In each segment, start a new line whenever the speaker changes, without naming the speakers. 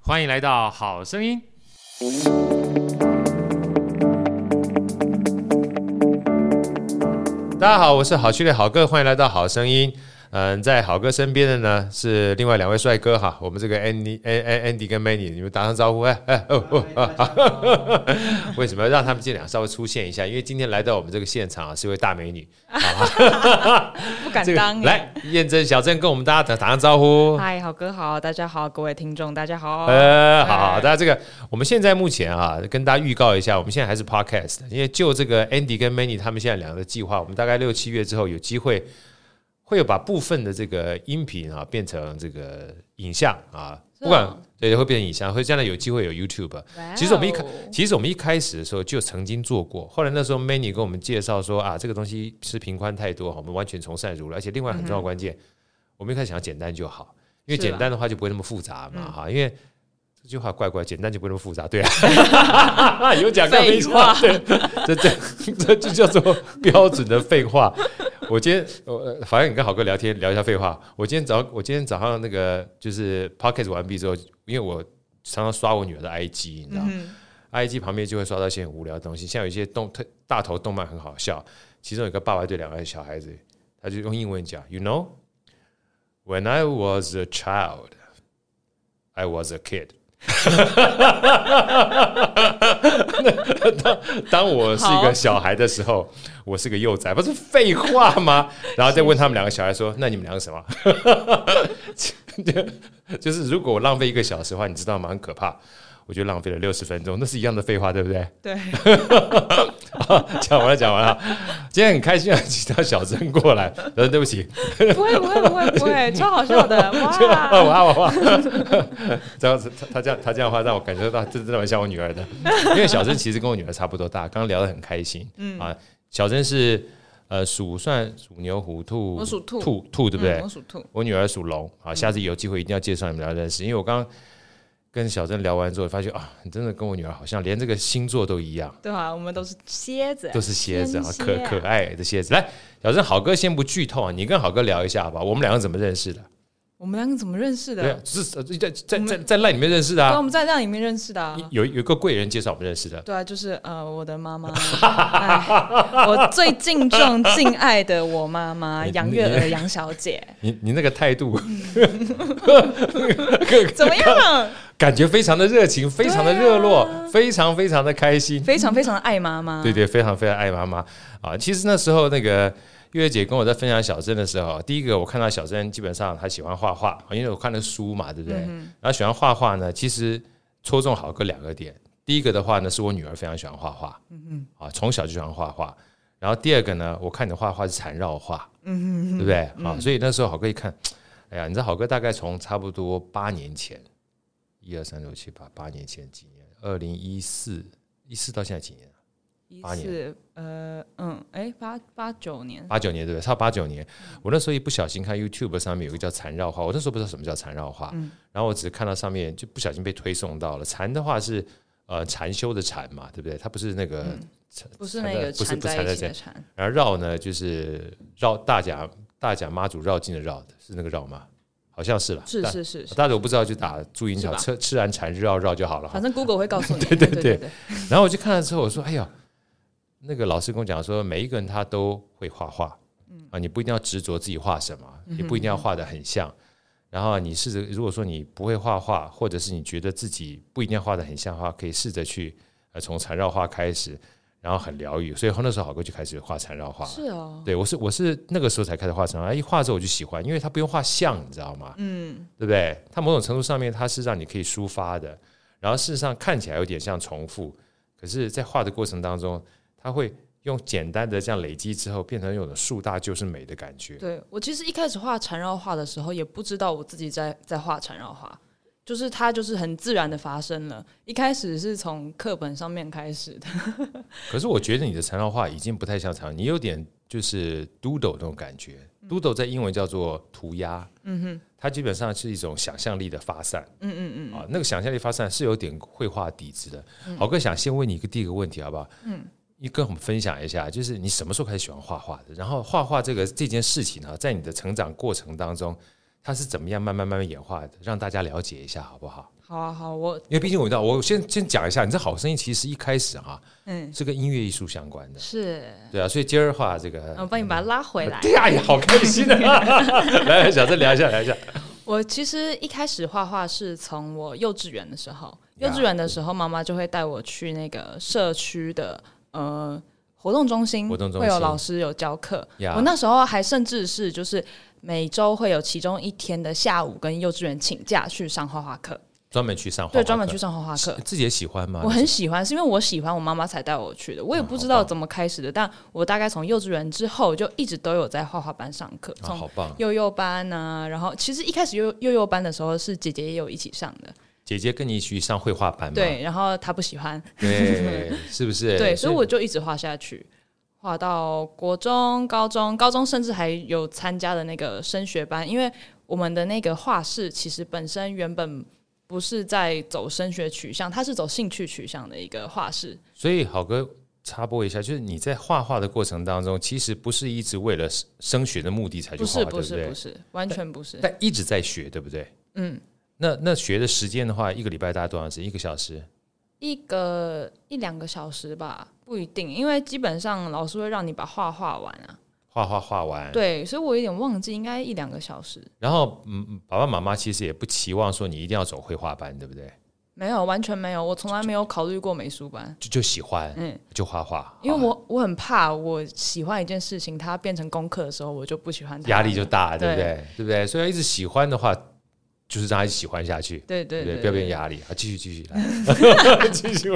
欢迎来到《好声音》。大家好，我是好趣的好哥，欢迎来到《好声音》。嗯，在好哥身边的呢是另外两位帅哥哈，我们这个 Andy、An- An- Andy 跟 Manny，你们打声招呼，哎哎哦哦啊 啊！为什么要让他们这俩稍微出现一下？因为今天来到我们这个现场啊，是一位大美女，
不敢
这个
当耶。
来验证小郑跟我们大家打打声招呼。
嗨，好哥好，大家好，各位听众大家好。
呃，好好，
哦哎
大家这个，我们现在目前啊，跟大家预告一下，我们现在还是 podcast，因为就这个 Andy 跟 Manny 他们现在两个的计划，我们大概六七月之后有机会会有把部分的这个音频啊变成这个影像啊，
是哦
不管对会变成影像，会将来有机会有 YouTube。
哇哦
其实我们一开，其实我们一开始的时候就曾经做过，后来那时候 Manny 跟我们介绍说啊，这个东西是频宽太多，我们完全从善如流，而且另外很重要的关键，我们一开始想要简单就好，因为
嗯是啦啊嗯
简单的话就不会那么复杂嘛哈，因为。这句话怪怪，简单就不会那么复杂，对 啊， 有讲过没
废
错
话，
对， 这这这就叫做标准的废话。我今天我呃反正你跟好哥聊天聊一下废话。我今天早我今天早上那个就是 podcast 完毕之后，因为我常常刷我女儿的 IG，你知道吗，
嗯
IG 旁边就会刷到一些很无聊的东西，像有一些动特大头动漫很好笑，其中有个爸爸对两个小孩子，他就用英文讲，You know, when I was a child, I was a kid 当。当我是一个
好
小孩的时候，我是个幼崽，不是废话吗？然后再问他们两个小孩说：“那你们两个什么？” 就是如果我浪费一个小时的话，你知道吗？很可怕。我就浪费了六十分钟，那是一样的废话，对不对？
对，
讲完了，讲完了。今天很开心啊，请到小曾过 来。呃，对不起，
不会不会不会 不会，超好笑的
哇
哇！
哇哇！这样子，他他这样他这样的话，让我感觉到这真的蛮像我女儿的，因为小曾其实跟我女儿差不多大，刚刚聊得很开心。嗯啊，小曾是呃属算属牛、虎、兔，
我属兔
兔兔对不对？
嗯我嗯属兔，
我女儿属龙啊，下次有机会一定要介绍你们俩认识，因为我刚刚跟小郑聊完之后，发现啊，你真的跟我女儿好像，连这个星座都一样，
对啊，我们都是蝎子
都，是蝎子啊，
天蝎
可可爱的蝎子。来，小郑，好哥先不剧透啊，你跟好哥聊一下好不好？我们两个怎么认识的？
我们两个怎么认识的？
对啊
对，，
是呃在在
我
在
们
在赖里面认识的
啊，我
啊，
们在那里面认识的啊。
有有一个贵人介绍我们认识的。
对啊，就是呃，我的 妈妈，哎我最敬重、敬爱的我妈妈
你
杨月儿杨小姐，
你你那个态 度，
怎么样？
感觉非常的热情，非常的热络，
对啊
非常非常的开心。
非常非常的爱妈妈。
对对，非常非常爱妈妈啊。其实那时候那个月月姐跟我在分享小珍的时候，第一个我看到小珍基本上她喜欢画画，因为我看的书嘛，对不对？然后喜欢画画呢，其实戳中好哥两个点。第一个的话呢，是我女儿非常喜欢画画，嗯嗯，啊，从小就喜欢画画。然后第二个呢，我看你的画画是缠绕画，嗯对不对？啊，所以那时候好哥一看，哎呀，你知道好哥大概从差不多八年前，一二三六七八，八年前几年，二零一四一四到现在几年？啊
一
八年
次呃嗯，哎八八九年，
八九年对不对？差八九年，我那时候一不小心看 YouTube 上面有一个叫缠绕画，我那时候不知道什么叫缠绕画，然后我只是看到上面就不小心被推送到了。缠的话是呃禅修的禅嘛，对不对？它不是那个，
不是那个
不是
缠
不
在
缠在
一起
这
的缠，
然后绕呢就是绕大甲大甲妈祖绕境的绕，是那个绕吗？好像是吧？
是
大
是是是，
大家如果不知道就打注音
是
桥，
吧
吃吃然禅日绕绕就好了哈。
反正 Google 会告诉 你。对对
对
对
然后我就看了之后，我说：“哎呀，那个老师跟我讲说，每一个人他都会画画，
嗯
啊，你不一定要执着自己画什么，也不一定要画的很像。然后你试着，如果说你不会画画，或者是你觉得自己不一定要画的很像的话，可以试着去呃从缠绕画开始，然后很疗愈。所以那时候好哥就开始画缠绕画了。
是哦，
对我啊是我是那个时候才开始画缠绕，哎一画之后我就喜欢，因为它不用画像，你知道吗？
嗯，
对不对？它某种程度上面它是让你可以抒发的，然后事实上看起来有点像重复，可是，在画的过程当中，它会用简单的这样累积之后，变成有种树大就是美的感觉。
对我其实一开始画缠绕画的时候，也不知道我自己在在画缠绕画，就是它就是很自然的发生了。一开始是从课本上面开始的，
可是我觉得你的缠绕画已经不太像缠绕，你有点就是 doodle 那种感觉。doodle 在英文叫做涂鸦，嗯哼，它基本上是一种想象力的发散，嗯嗯嗯，啊，那个想象力发散是有点绘画底子的。好哥想先问你一个第一个问题，好不好？嗯，你跟我们分享一下，就是啊你什么时候开始喜欢画画的？然后画画这个这件事情呢，在你的成长过程当中，它是怎么样慢慢慢慢演化的，让大家了解一下好不好？
好啊，好，我
因为毕竟我知道，我先先讲一下，你这好声音其实一开始啊
嗯
是跟音乐艺术相关的，
是，
对啊，所以今儿话这个
我帮你把它拉回来。
对呀，也好开心 啊！来，小郑聊一下，聊一下。
我其实一开始画画是从我幼稚园的时候，幼
Yeah
稚园的时候，妈妈就会带我去那个社区的呃活动中心，
活动中
会有
心
老师有教课。
Yeah
我那时候还甚至是就是每周会有其中一天的下午跟幼稚园请假去上画画课，
专门去上画画
对，
课，
专门去上画画课
是。自己也喜欢吗？
我很喜欢，是因为我喜欢，我妈妈才带我去的。我也不知道怎么开始的，但我大概从幼稚园之后就一直都有在画画班上课，
啊，
从
好棒！
幼幼班呐、然后其实一开始幼幼幼班的时候是姐姐也有一起上的，
姐姐跟你一起上绘画班嘛？
对，然后她不喜欢，
嗯 对，是不是？
对，所以我就一直画下去，画到国中、高中，高中甚至还有参加的那个升学班，因为我们的那个画室其实本身原本不是在走升学取向，它是走兴趣取向的一个画室，
所以好哥插播一下，就是你在画画的过程当中，其实不是一直为了升学的目的才去
不
画，
是
对
不是
对
不？是，完全不是，
但一直在学，对不对？
嗯，
那那学的时间的话，一个礼拜大概多长时间？一个小时？
一个一两个小时吧，不一定，因为基本上老师会让你把画画完啊。
画画画完，
对，所以我有点忘记，应该一两个小时，
然后嗯，爸爸妈妈其实也不期望说你一定要走绘画班，对不对？
没有，完全没有，我从来没有考虑过美术班，
就就喜欢，
嗯
就画画，
因为
好吧
我我很怕我喜欢一件事情，它变成功课的时候，我就不喜欢它，
压力就大，对不
对
对？对不对？所以要一直喜欢的话，就是让他一直喜欢下去，
对
对
对
不对？
对对
不要变压力啊！继续继续来， 继续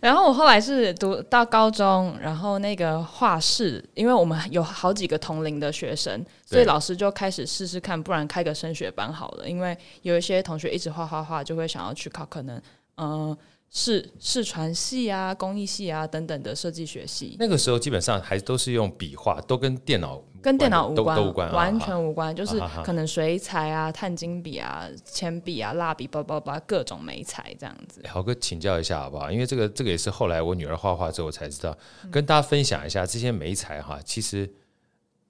然后我后来是读到高中，然后那个画室，因为我们有好几个同龄的学生，所以老师就开始试试看，不然开个升学班好了。因为有一些同学一直画画画，就会想要去考可能呃视视传系啊、工艺系啊等等的设计学系，
那个时候基本上还都是用笔画，都跟电脑
跟电脑无
都
关，
都无关啊，
完
啊
全无关，就是
啊哈哈
可能水彩啊、碳晶笔啊、铅笔啊、蜡笔、包包包各种美彩这样子。
豪哥请教一下哎好不好？因为这个这个也是后来我女儿画画之后我才知道，
嗯
跟大家分享一下这些美彩哈，其实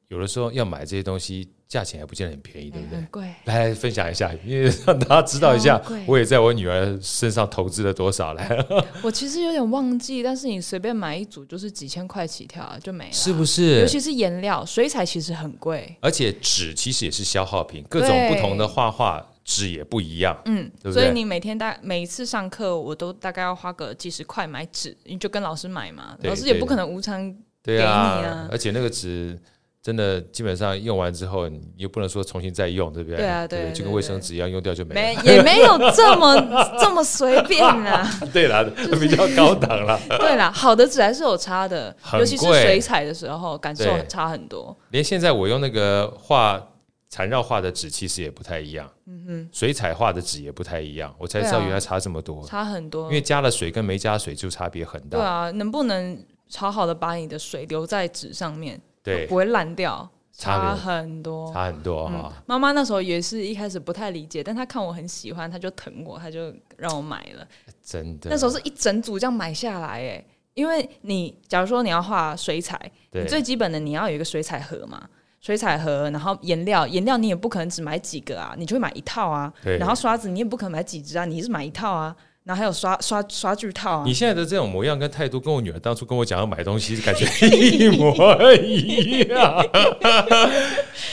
有的时候要买这些东西，价钱也不见得很便宜，对不对？
嗯很贵，
来分享一下，因为让大家知道一下
超贵，
我也在我女儿身上投资了多少来。
我其实有点忘记，但是你随便买一组就是几千块起跳啊，就没了，
是不是？
尤其是颜料，水彩其实很贵，
而且纸其实也是消耗品，各种不同的画画纸也不一样。
嗯，
对不对
所以你每天大每一次上课，我都大概要花个几十块买纸，你就跟老师买嘛，
对
老师也
对
不可能无偿，
对啊，
给你啊
而且那个纸真的基本上用完之后，你又不能说重新再用，对不对？
对啊
对
对
不
啊
就
对
跟卫生纸一样，用掉就没
没
了。
也没有这么 这么随便啦。
对啦，比较高档啦，
对啦，好的纸还是有差的，
很
尤其是
贵
水彩的时候，感受
对
差很多。
连现在我用那个画缠绕画的纸，其实也不太一样。嗯哼，水彩画的纸也不太一样，我才知道
对啊
原来差这么多。
差很多
因。为加了水跟没加水就差别很
对
大。
啊，能不能好好的把你的水留在纸上面，
对
不，会烂掉，
差别
差很多。嗯
差很多哦哈、
妈妈那时候也是一开始不太理解，但她看我很喜欢，她就疼我，她就让我买了。
真的。
那时候是一整组这样买下来，哎，因为你假如说你要画水彩，
对
你最基本的你要有一个水彩盒嘛，水彩盒，然后颜料，颜料你也不可能只买几个啊，你就会买一套啊
对。
然后刷子你也不可能买几支啊，你是买一套啊。然后还有刷刷刷具套啊
你，现在的这种模样跟态度，跟我女儿当初跟我讲要买东西，感觉一模一 样。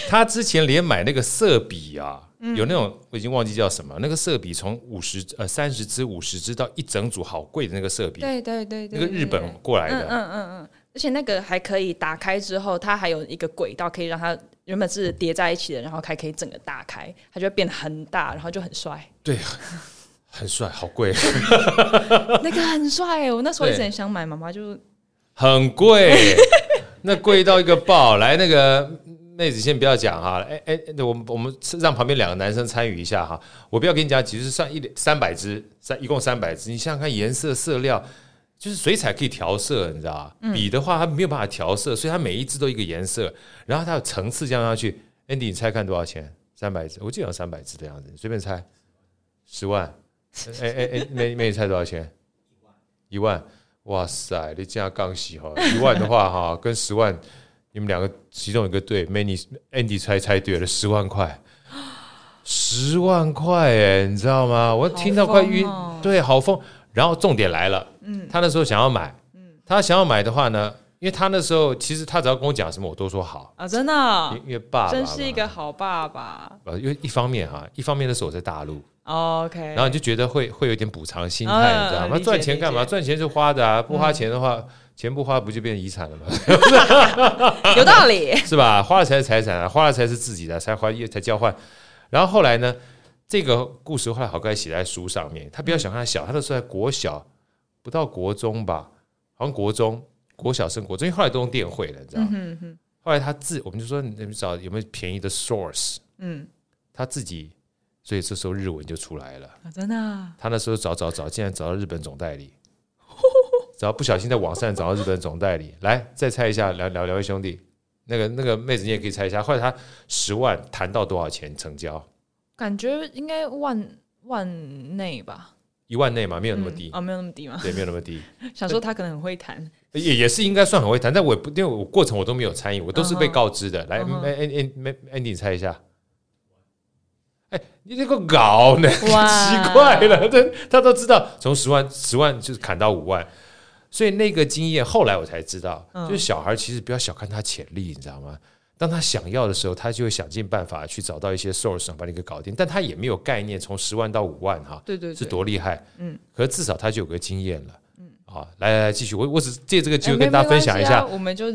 她之前连买那个色笔啊，
嗯
有那种我已经忘记叫什么，那个色笔从五十呃三十支、五十支到一整组好贵的那个色笔，
对对对
那
对，
个日
对
本
对
过来
嗯
的，
嗯嗯嗯，而且那个还可以打开之后，它还有一个轨道可以让它原本是叠在一起的，然后还可以整个打开，它就会变得很大，然后就很帅，
很帅，好贵，
那个很帅欸、我那时候一直
对
很想买，妈妈就
很贵， 那贵到一个爆。来，那个妹子先不要讲哈，哎哎，那我们我们让旁边两个男生参与一下哈。我不要跟你讲，其实上一三百支，三一共三百支，你想想看颜色色料。就是水彩可以调色，你知道吧？笔的话它没有办法调色，所以它每一支都一个颜色，然后它有层次这样下去。Andy，你猜看多少钱？三百支，我记得有三百支的样子，随便猜，十万。哎哎哎，妹妹你猜多少钱？一万。哇塞，你这样刚洗哈，一万的话哈，跟十万你们两个其中一个对，Many Andy 猜猜对了十万块，十万块哎，你知道吗？我听到快晕，
好疯哦
对，好疯。然后重点来了，嗯，他那时候想要买，
嗯
他想要买的话呢，因为他那时候其实他只要跟我讲什么，我都说好，
啊，真的啊，
因因为爸爸
真是一
嘛
个好爸爸。
呃，因为一方面啊，一方面的时候我在大陆，
OK，然
然后你就觉得会会有点补偿心态，
嗯
你知道
理
吗？
解
赚钱干嘛？
理解嗯
赚钱是花的啊，不花钱的话，钱不花不就变遗产了吗？
有道理。
是吧？花了才是财产啊，花了才是自己的，才花才交换。然后后来呢，这个故事后来好该写在书上面。他不要小看他小，他那时候在国小，不到国中吧，好像国中、国小升国中，因为后来都用电汇了，你知道吗？
嗯哼
后来他自我们就说，你们找有没有便宜的 source，
嗯，
他自己，所以这时候日文就出来了。
啊真的啊
他那时候找找找，竟然找到日本总代 理，然后不小心在网上找到日本总代理。来，再猜一下，聊聊聊位兄弟，那个那个妹子你也可以猜一下。后来他十万谈到多少钱成交？
感觉应该万万内吧，
一万内嘛，没有那么
嗯
低，
哦，没有那么低 吗？
对，没有那么低，
想说他可能很会谈，
也也是应该算很会谈，但我也不因为我过程我都没有参与，我都是被
嗯哼
告知的。来
嗯哼
，Andy Andy Andy，你猜一下。哎，你这个搞呢？
哇
奇怪
啊
了，他他都知道从十万十万就是砍到五万，所以那个经验后来我才知道，
嗯
就是小孩其实不要小看他潜力，你知道吗？当他想要的时候，他就会想尽办法去找到一些 source 想把你给搞定，但他也没有概念从十万到五万哈
对对
是
对，
多厉害，
嗯，
可是至少他就有个经验了，嗯，啊，来来来，继续，我我只借这个机
哎
会
没
跟大家
没
分
关
享一
系啊
下，
我们就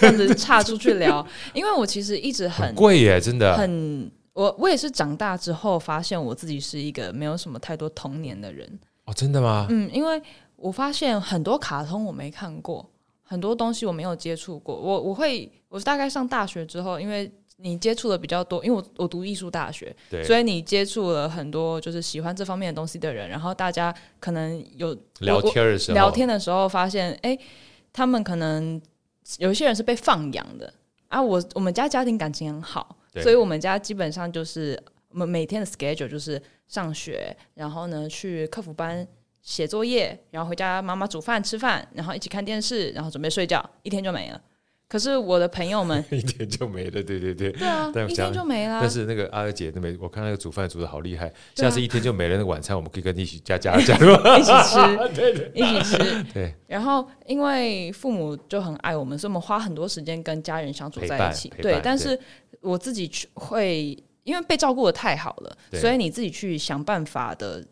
这样子岔出去 聊，因为我其实一直很
很啊贵耶，真的，
很，我我也是长大之后发现我自己是一个没有什么太多童年的人。
哦，真的吗？
嗯，因为我发现很多卡通我没看过，很多东西我没有接触过。我我会，我是大概上大学之后，因为你接触的比较多，因为我我读艺术大学，
对，
所以你接触了很多就是喜欢这方面的东西的人，然后大家可能有
聊
我我
天的时候，
聊天的时候发现，哎、他们可能有一些人是被放养的啊。我我们家家庭感情很好，
对，
所以我们家基本上就是我们每天的 schedule 就是上学，然后呢去客服班写作业，然后回家妈妈煮饭吃饭，然后一起看电视，然后准备睡觉，一天就没了。可是我的朋友们
一点就没了，对 对对，
对啊
但，我
一
想
天就没啦
但。是那个阿二姐那边，我看那个煮饭煮的好厉害，
对啊
下次一天就没了。那个晚餐我们可以跟你一起加加加 入。
一起吃，一起吃。
对，
然后因为父母就很爱我们，所以我们花很多时间跟家人相处
陪
在
伴
一起。
陪
对
伴，
但
对
是我自己去会因为被照顾的太好了，
对
所以你自己去想办法的。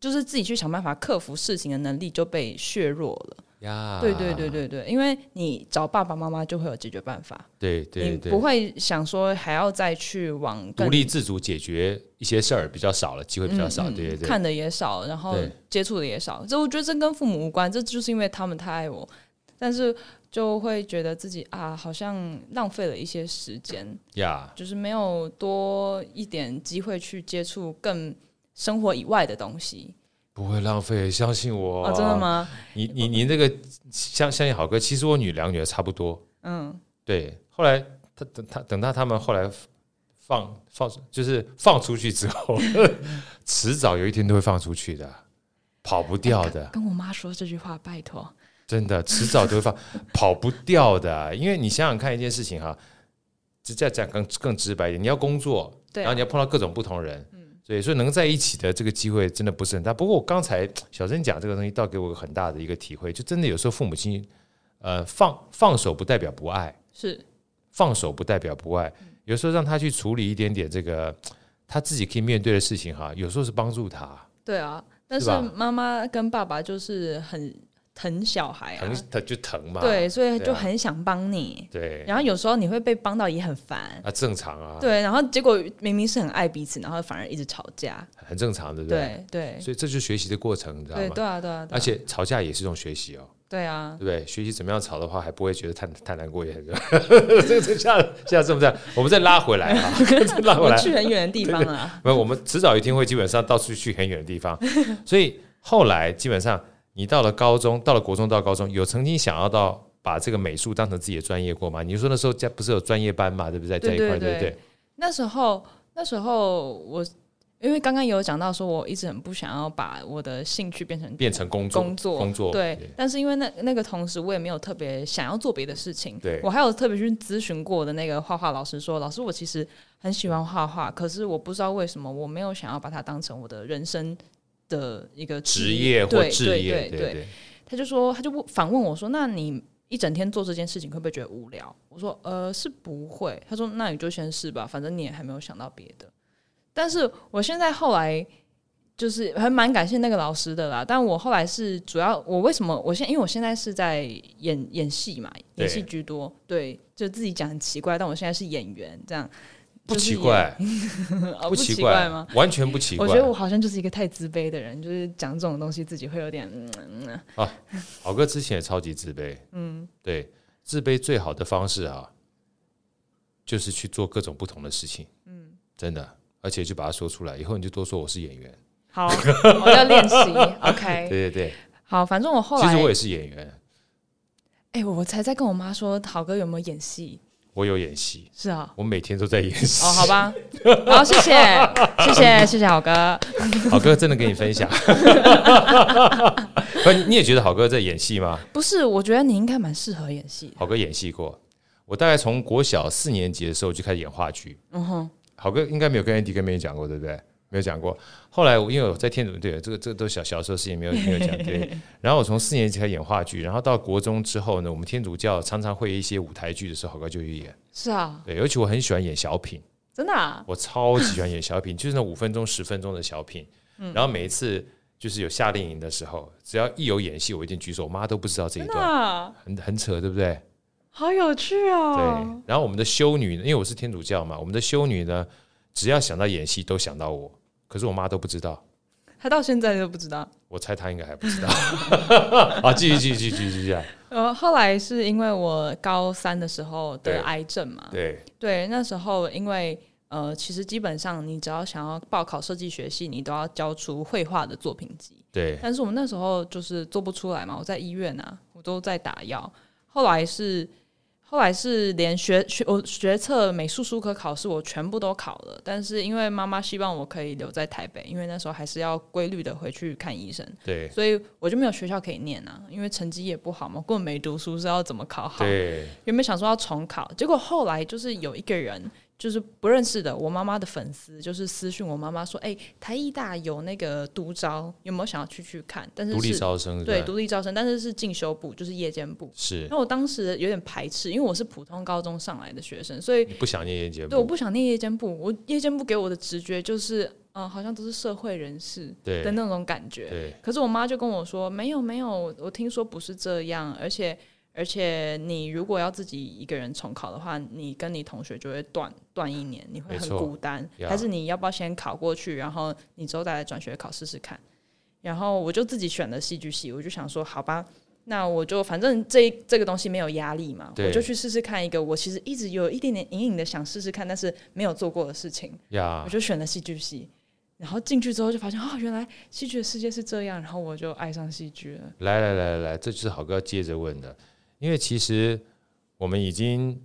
就是自己去想办法克服事情的能力就被削弱了。
呀，
对对对对对，因为你找爸爸妈妈就会有解决办法，
对对
你
对，
不会想说还要再去往更
独立自主解决一些事儿比较少了，机会比较少。
嗯嗯
对对对，
看的也少，然后
对
接触的也少。这我觉得这跟父母无关，这就是因为他们太爱我，但是就会觉得自己啊，好像浪费了一些时间，
呀，
就是没有多一点机会去接触更生活以外的东西。
不会浪费，相信我。
哦，真的？吗？
你你你那个相相信好哥，其实我女两个女儿差不多。
嗯，
对，后来他等他等到他们后来放放就是放出去之后， 迟早有一天都会放出去的，跑不掉的。
哎跟我妈说这句话，拜托。
真的，迟早都会放，跑不掉的啊、因为你想想看一件事情哈、只再讲更更直白一点，你要工作，
对啊嗯
然后你要碰到各种不同人，所以说能在一起的这个机会真的不是很大。不过我刚才小珍讲这个东西，倒给我有很大的一个体会，就真的有时候父母亲，呃，放放手不代表不爱，
是
放手不代表不爱，有时候让他去处理一点点这个他自己可以面对的事情哈、有时候是帮助他，
对啊，但
是
是
吧
妈妈跟爸爸就是很疼小孩啊
疼，他就疼嘛，
对，所以
对啊
就很想帮你。
对
然后有时候你会被帮到也很烦，
啊，正常啊，
对，然后结果明明是很爱彼此，然后反而一直吵架。
很正常，对不
对对
所以这就是学习的过程，你知道
对
吗？
对啊对啊，对
而
啊
且吵架也是一种学习哦，
对啊
对，不对？学习怎么样吵的话，还不会觉得太太难过，也很 这个这下下这么这样，我们再拉回来 啊，再拉
我
回
们
来。
去很远的地方 啊。
没有，我们迟早有一天会基本上到处去很远的地方，所以后来基本上你到了高中，到了国中，到高中，有曾经想要到把这个美术当成自己的专业过吗？你说那时候在不是有专业班嘛，对不对？在
对
一块，
对
对不对？
那时候那时候我因为刚刚有讲到说，我一直很不想要把我的兴趣变成
变成工作
工作
工作
对，但是因为那那个同时，我也没有特别想要做别的事情。
对
我还有特别去咨询过我的那个画画老师说，老师我其实很喜欢画画，可是我不知道为什么我没有想要把它当成我的人生的一个
职业或
对
置业，
对对对
对，
他就说，他就问反问我说：“那你一整天做这件事情会不会觉得无聊？”我说：“呃，是不会。”他说：“那你就先试吧，反正你也还没有想到别的。”但是我现在后来就是还蛮感谢那个老师的啦。但我后来是主要我为什么我现因为我现在是在演演戏嘛，
对
演戏居多，对，就自己讲很奇怪，但我现在是演员，这样
不
就是
奇
演
怪，
哦
不
不
奇
奇
怪
怪吗？？
完全不奇怪。
我觉得我好像就是一个太自卑的人，就是讲这种东西自己会有点嗯嗯嗯
好哥之前也超级自卑，嗯，对，自卑最好的方式啊，就是去做各种不同的事情，嗯，真的，而且就把它说出来，以后你就多说我是演员，
好， 我要练习。OK，
对对对，
好，反正我哎后来，
其实
哎
我也是演员，
我我才在跟我妈说，好哥有没有演戏？
我有演戏，
是啊、
我每天都在演戏。
哦，好吧，好，谢谢， 谢谢，谢谢好哥。
好哥真的跟你分 享， 不，你也觉得好哥在演戏吗？
不是，我觉得你应该蛮适合演戏的。
好哥演戏过，我大概从国小四年级的时候就开始演话剧。嗯哼，好哥应该没有跟 Andy 跟妹讲过，对不对？没有讲过。后来我因为我在天主对这个这个都小小时候的事情没有没有讲 对。然后我从四年级开始演话剧，然后到国中之后呢，我们天主教常常会一些舞台剧的时候，好哥就去演。
是啊，
对，尤其我很喜欢演小品，
真的、啊，
我超级喜欢演小品， 就是那五分钟十分钟的小品。
嗯
然后每一次就是有夏令营的时候，只要一有演戏，我一定举手，我妈都不知道这一
真的
段，
啊、
很很扯，对不对？
好有趣哦。
对，然后我们的修女，因为我是天主教嘛，我们的修女呢，只要想到演戏都想到我，可是我妈都不知道，
他到现在都不知道。
我猜她应该还不 知道。好，继续继续继续继续啊！
呃，后来是因为我高三的时候
对
得癌症嘛，
对
对，那时候因为呃，其实基本上你只要想要报考设计学系，你都要交出绘画的作品集。
对，
但是我们那时候就是做不出来嘛，我在医院啊，我都在打药。后来是后来是连学学我学测美术术科考试我全部都考了，但是因为妈妈希望我可以留在台北，因为那时候还是要规律的回去看医生，
对
所以我就没有学校可以念啊，因为成绩也不好嘛，根本没读书是要怎么考好？
对
原本想说要重考，结果后来就是有一个人，就是不认识的我妈妈的粉丝，就是私讯我妈妈说：“哎、台艺大有那个独招，有没有想要去去看？”但是
独立
是
招生
对
吧
独立招生，但是是进修部，就是夜间部。
是
那我当时有点排斥，因为我是普通高中上来的学生，所以
你不想念演节
对我
目，
不想念夜间部。我夜间部给我的直觉就是，嗯、好像都是社会人士
对
的那种感觉。
对
可是我妈就跟我说，没有没有，我我听说不是这样，而且而且你如果要自己一个人重考的话，你跟你同学就会断断一年，你会
没
很
错
孤单。
呀
还是你要不要先考过去，然后你之后再来转学考试试看？然后我就自己选了戏剧系，我就想说，好吧。那我就反正这这个东西没有压力嘛，
对
我就去试试看一个我其实一直有一点点隐隐的想试试看，但是没有做过的事情。
呀
我，就选了戏剧系，然后进去之后就发现哦，原来戏剧的世界是这样，然后我就爱上戏剧了。
来来来来来，这就是好哥要接着问的，因为其实我们已经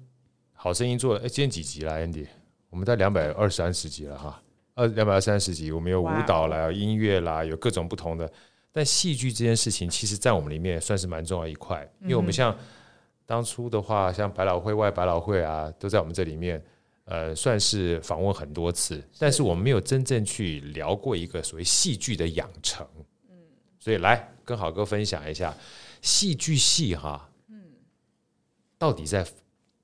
好声音做了，哎，今天几集了，Andy？我们到两百二三十集了哈，二两百二三十集，我们有舞
哇哦
蹈啦，有音乐啦，有各种不同的。但戏剧这件事情，其实在我们里面算是蛮重要一块，因
嗯
为我们像当初的话，像百老汇、外百老汇啊，都在我们这里面，呃，算是访问很多次，但是我们没有真正去聊过一个所谓戏剧的养成。
嗯
所以来跟好哥分享一下戏剧系哈，嗯，到底在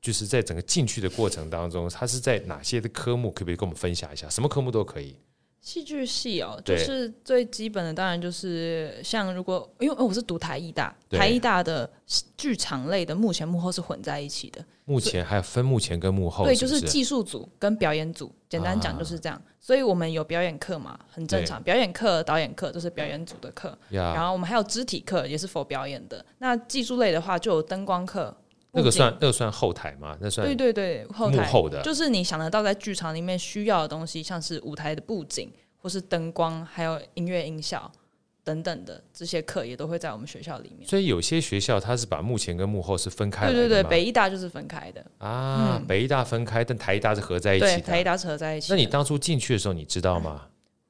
就是在整个进去的过程当中，它是在哪些的科目？可不可以跟我们分享一下？什么科目都可以。
戏剧系哦，就
对
是最基本的，当然就是像如果因为我是读台艺大，
对
台艺大的剧场类的幕前幕后是混在一起的，
目前还有分幕前跟幕后，
对，
哦是
就
不是嗯
技术组跟表演组，简单讲就是这样。所以我们有表演课嘛，很正常，表演课、导演课都是表演组的课，然
呀，
后我们还有肢体课也是否表演的。那技术类的话，就有灯光课。
那个
布景
算那个算后台吗？那算
对对对，后
幕
台
后的
就是你想得到在剧场里面需要的东西，像是舞台的布景，或是灯光，还有音乐音效等等的这些课，也都会在我们学校里面。
所以有些学校它是把幕前跟幕后是分开来
对
的
对对，
吗
北医大就是分开的，
啊，北医大分开，但台医大是合在一起
对，
的。
台医大是合在一起
那
的。
你当初进去的时候，你知道吗？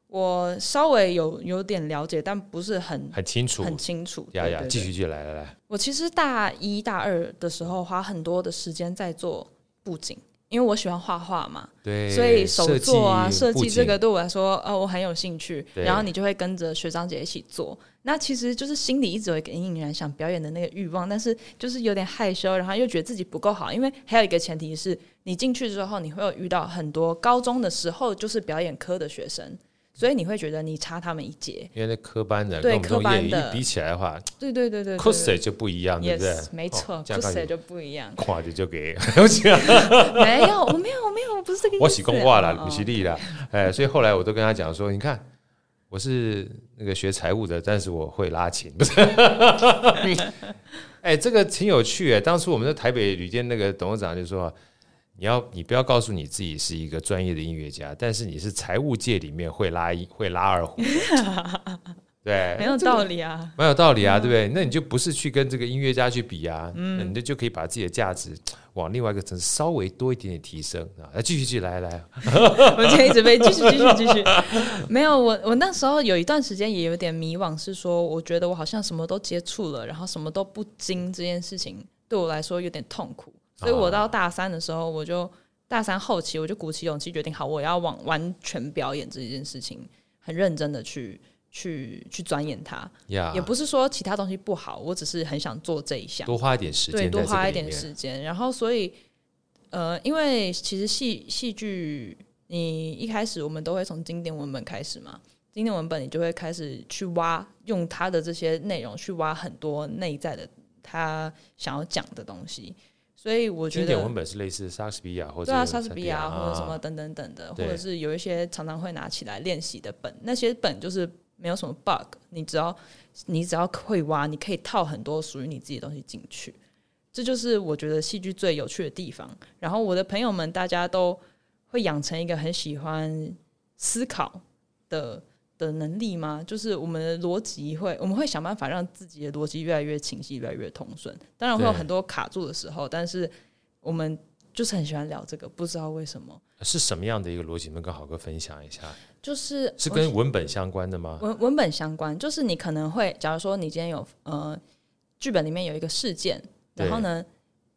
我稍微有有点了解，但不是很
很清楚。
很清楚。
呀
对
呀，
对
继
对
续继续来来来，
我其实大一大二的时候花很多的时间在做布景，因为我喜欢画画嘛，
对，
所以手作啊、设
布
计
景
这个对我来说，呃，我很有兴趣。
对
然后你就会跟着学长姐一起做。那其实就是心里一直有一个隐隐然想表演的那个欲望，但是就是有点害羞，然后又觉得自己不够好。因为还有一个前提是你进去之后，你会有遇到很多高中的时候就是表演科的学生，所以你会觉得你差他们一截。
因为那科班的
对
跟我们这种业余
科班
一
的
比起来的话
对 对对对
科
对
室就不一样，对不对
Yes，？没错
哦，这
科
样
室
看。
就不一样
看着就 给，我讲
没有，我没有，我没有，我不是这个意思。
我喜公话啦，
哦
不吉利啦，哎，所以后来我都跟他讲说，你看。我是那个学财务的，但是我会拉 琴，不是？哎，这个挺有趣哎。当初我们在台北旅店那个董事长就说，你要你不要告诉你自己是一个专业的音乐家，但是你是财务界里面会拉一会拉二胡， 对，
很有道理啊。
蛮有道理啊，对不对？那你就不是去跟这个音乐家去比啊，
嗯
那你就就可以把自己的价值往另外一个层次稍微多一点点提升啊。那继续继续来来，
我今天一直被继续继续继续，没有我我那时候有一段时间也有点迷惘，是说我觉得我好像什么都接触了，然后什么都不精这件事情对我来说有点痛苦，所以我到大三的时候，我就大三后期我就鼓起勇气决定，好，我要往完全表演这件事情很认真的去去去钻研它，
呀
也，不是说其他东西不好，我只是很想做这一项。
多花一点时
对，
间，
多花一点。时间。然后所以，呃，因为其实戏戏剧，你一开始我们都会从经典文本开始嘛，经典文本你就会开始去挖，用它的这些内容去挖很多内在的他想要讲的东西。所以我觉
经
得
典文本是类似莎士比亚或者
对啊，莎士比亚或者什么
啊
等等等的，或
对
者是有一些常常会拿起来练习的本，那些本就是没有什么 bug，你只要你只要会挖，你可以套很多属于你自己的东西进去。这就是我觉得戏剧最有趣的地方。然后我的朋友们，大家都会养成一个很喜欢思考的的能力吗？就是我们的逻辑会，我们会想办法让自己的逻辑越来越清晰，越来越通顺。当然会有
对
很多卡住的时候，但是我们就是很喜欢聊这个，不知道为什么，
啊是什么样的一个逻辑？能跟好哥分享一下？
就是
是跟文本相关的吗？
文文本相关，就是你可能会，假如说你今天有呃剧本里面有一个事件，
对
然后呢，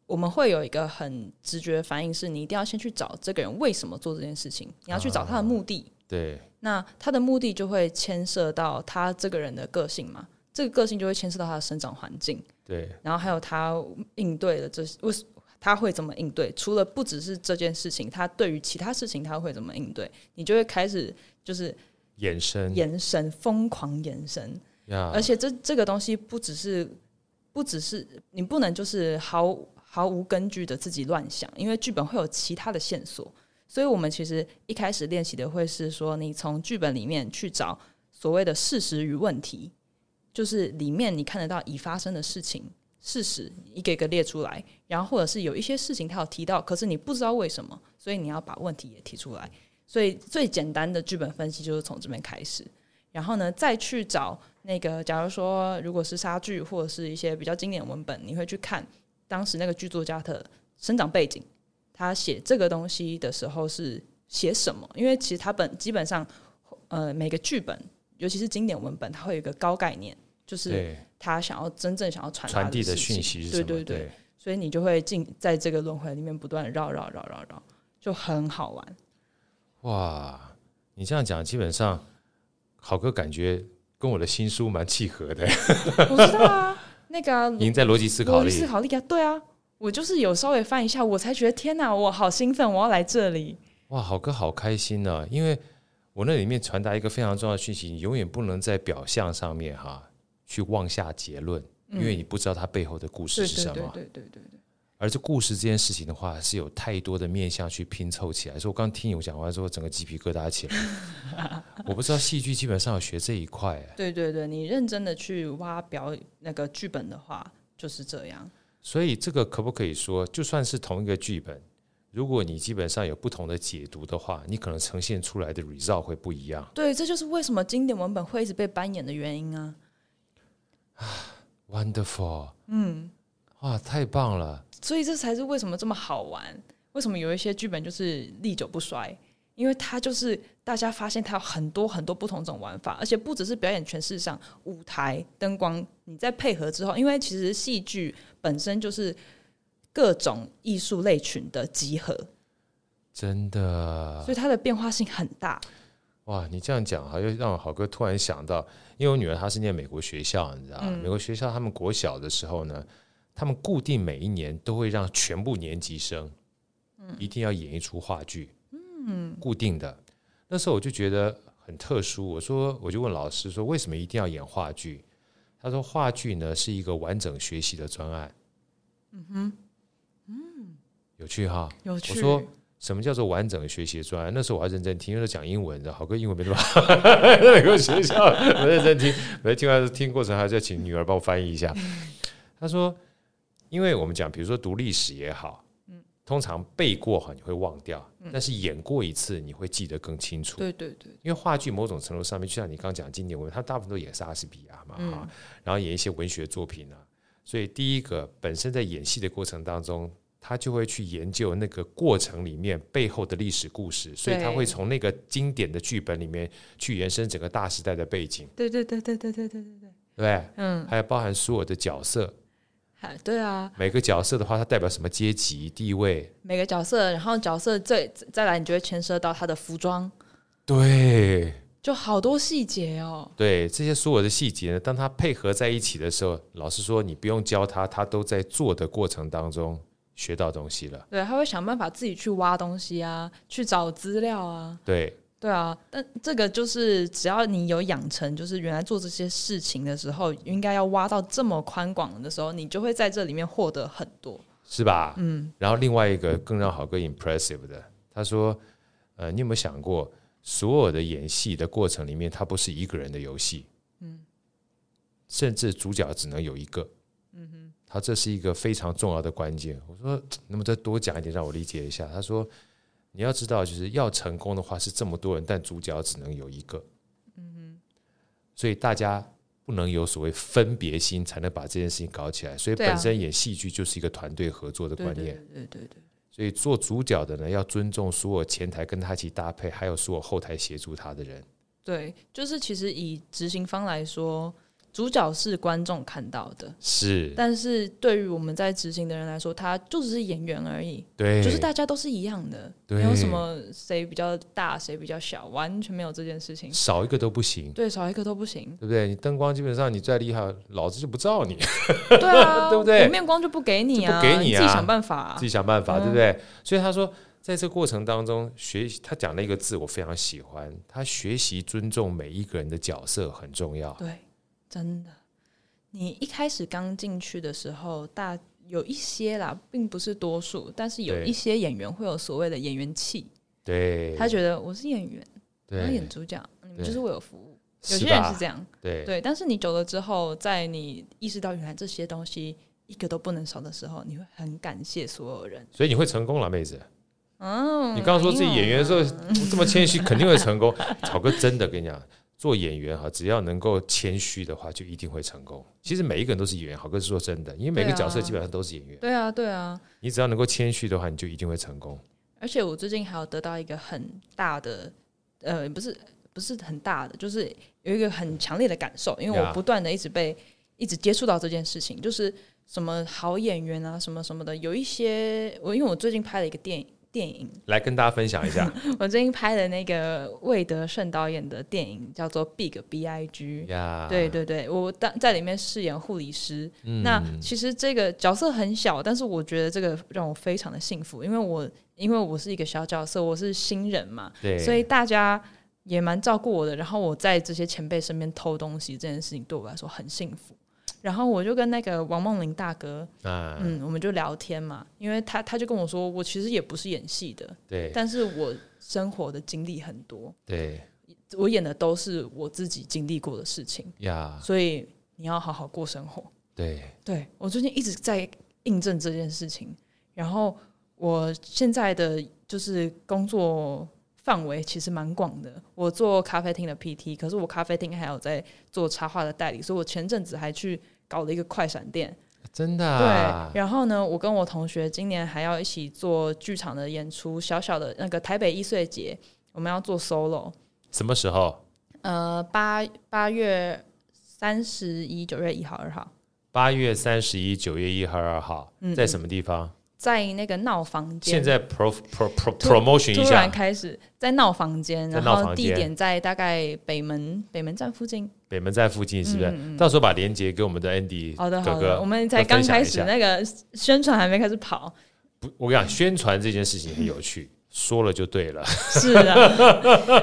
我们会有一个很直觉的反应是，你一定要先去找这个人为什么做这件事情，你要去找他的目的。
对，
那他的目的就会牵涉到他这个人的个性嘛，这个个性就会牵涉到他的生长环境，
对，
然后还有他应对的这为什他会怎么应对？除了不只是这件事情，他对于其他事情他会怎么应对？你就会开始就是
衍生
延伸，疯狂延伸。
呀
而，且这这个东西不只是不只是你不能就是毫毫无根据的自己乱想，因为剧本会有其他的线索。所以我们其实一开始练习的会是说，你从剧本里面去找所谓的事实与问题，就是里面你看得到已发生的事情。事实一个一个列出来，然后或者是有一些事情他有提到，可是你不知道为什么，所以你要把问题也提出来。所以最简单的剧本分析就是从这边开始。然后呢，再去找那个，假如说如果是莎剧或者是一些比较经典的文本，你会去看当时那个剧作家的生长背景，他写这个东西的时候是写什么？因为其实他本基本上，呃，每个剧本，尤其是经典文本，它会有一个高概念，就是
对
他想要真正想要传达
传递
的
的
事
讯
情
息是什
对
么？
对对，所以你就会进在这个轮回里面不断地绕绕绕绕绕，就很好玩。
哇，你这样讲，基本上好哥感觉跟我的新书蛮契合的，
我知道啊，那个啊
赢在逻辑思考
逻辑
力。
思考力啊，对啊，我就是有稍微翻一下，我才觉得天哪，我好兴奋，我要来这里。
哇，好哥好开心呢、因为我那里面传达一个非常重要的讯息，你永远不能在表象上面哈、去妄下结论，因为你不知道它背后的故事
对
是
对
什么。
嗯对对对对对，
而这故事这件事情的话，是有太多的面向去拼凑起来。所以我刚听你讲完之后，整个鸡皮疙瘩起来。 我不知道戏剧基本上有学这一块、哎
对对对，你认真的去挖表那个剧本的话，就是这样。
所以这个可不可以说，就算是同一个剧本，如果你基本上有不同的解读的话，你可能呈现出来的 result 会不一样。
对，这就是为什么经典文本会一直被扮演的原因啊。
Wonderful，嗯，哇，太棒了。
所以这才是为什么这么好玩，为什么有一些剧本就是历久不衰。因为它就是大家发现它有很多很多不同种玩法，而且不只是表演诠释上，舞台灯光你在配合之后，因为其实戏剧本身就是各种艺术类群的集合，
真的
所以它的变化性很大。
哇！你这样讲啊好，又让我好哥突然想到，因为我女儿她是念美国学校，你知道吗？美国学校他们国小的时候呢，他们固定每一年都会让全部年级生，一定要演一出话剧，嗯，固定的。那时候我就觉得很特殊，我说我就问老师说，为什么一定要演话剧？他说话剧呢是一个完整学习的专案。嗯哼，嗯，有趣哈。
有
我
趣，
说什么叫做完整的学习专案？那时候我还认真听，因为都讲英文的，好哥英文没 那么好，在美国学校我认真听，我在听完听过程还是要请女儿帮我翻译一下。他说，因为我们讲，比如说读历史也好，通常背过哈你会忘掉，但是演过一次你会记得更清楚。
对对对，
因为话剧某种程度上面，就像你刚讲经典文，它大部分都演莎士比亚嘛，哈、然后演一些文学作品啊。所以第一个，本身在演戏的过程当中，他就会去研究那个过程里面背后的历史故事，所以他会从那个经典的剧本里面去延伸整个大时代的背景，
对对对对对对对对对，
对不对？
嗯，
还有包含所有的角色，
还对啊，
每个角色的话，它代表什么阶级地位？
每个角色，然后角色再再来，你就会牵涉到他的服装，
对，
就好多细节哦。
对这些所有的细节呢，当它配合在一起的时候，老师说你不用教他，他都在做的过程当中学到东西了。
对，他会想办法自己去挖东西啊，去找资料啊，
对，
对啊。但这个就是只要你有养成，就是原来做这些事情的时候，应该要挖到这么宽广的时候，你就会在这里面获得很多。
是吧？
嗯，
然后另外一个更让好哥 impressive 的，他说，呃，你有没有想过，所有的演戏的过程里面，它不是一个人的游戏，嗯，甚至主角只能有一个，嗯哼，他这是一个非常重要的关键。我说，那么再多讲一点，让我理解一下。他说，你要知道，就是要成功的话是这么多人，但主角只能有一个，嗯哼，所以大家。不能有所谓分别心，才能把这件事情搞起来。所以
对啊
本身演戏剧就是一个团队合作的
对
观
对
念。
对对对，
所以做主角的呢，要尊重所有前台跟他一起搭配，还有所有后台协助他的人。
对，就是其实以执行方来说，主角是观众看到的，
是，
但是对于我们在执行的人来说，他就只是演员而已，
对，
就是大家都是一样的，
对
没有什么谁比较大谁比较小，完全没有这件事情。
少一个都不行，
对，少一个都不行。
对不对？你灯光基本上你再厉害，老子就不照你，
对啊，
对不对
我面光就不给你啊，
就不给你啊
自己想办法、啊
自。己想办法，对不
嗯
对？所以他说，在这过程当中，学习他讲了一个字，我非常喜欢，他学习尊重每一个人的角色很重要。
对，真的。你一开始刚进去的时候，大有一些啦，并不是多数，但是有
对
一些演员会有所谓的演员气，
对，
他觉得我是演员，我要演
对，
主角，你们
对
就是为我服务。有
是
些人
吧
是？这样，
对，
对。但是你久了之后，在你意识到原来这些东西一个都不能少的时候，你会很感谢所有人。
所以你会成功了，妹子。
嗯，
你刚刚说自己
哎呦
演员的时候这么谦虚，肯定会成 功。草哥真的跟你讲，做演员哈，只要能够谦虚的话，就一定会成功。其实每一个人都是演员，好哥是说真的，因为每个
对啊
角色基本上都是演员。
对啊，对啊。
你只要能够谦虚的话，你就一定会成功。
而且我最近还有得到一个很大的，呃，不是不是很大的，就是有一个很强烈的感受，因为
Yeah.
我不断的一直被一直接触到这件事情，就是什么好演员啊，什么什么的，有一些我因为我最近拍了一个电影。电影，
来跟大家分享一 下
我最近拍的那个魏德胜导演的电影叫做《Big B I G》，
呀，
对对对，我当在里面饰演护理师。
啊嗯
那其实这个角色很小，但是我觉得这个让我非常的幸福，因为我因为我是一个小角色，我是新人嘛，
对，
所以大家也蛮照顾我的。然后我在这些前辈身边偷东西这件事情对我来说很幸福。然后我就跟那个王梦玲大哥，
啊，
嗯，我们就聊天嘛，因为他他就跟我说，我其实也不是演戏的，
对
但是我生活的经历很多，
对
我演的都是我自己经历过的事情。
呀，
所以你要好好过生活。
啊对
对我最近一直在印证这件事情，然后我现在的就是工作范围其实蛮广的，我做咖啡厅的 PT，可是我咖啡厅还有在做插画的代理，所以我前阵子还去搞了一个快闪店。
真的
对
啊，，
然后呢，我跟我同学今年还要一起做剧场的演出，小小的那个台北易碎节。我们要做 solo。
什么时候？
呃，八八月三十一、九月一号、二号，
八月三十一、九月一号、二号，
嗯
在什么地方？
在那个闹房间。
现在 pro pro pro promotion 一
突然
下，
开始在闹房间，
在
然
闹
后
房
地
间
点在大概北门北门站附近。
北门站附近是不是？到时候把链接给我们的 Andy
嗯好的，
哥
哦好的，
哥。
我们才刚开始
分享一下
那个宣传还没开始 跑，
不我跟你讲，宣传这件事情很有趣，说了就对了。
是啊，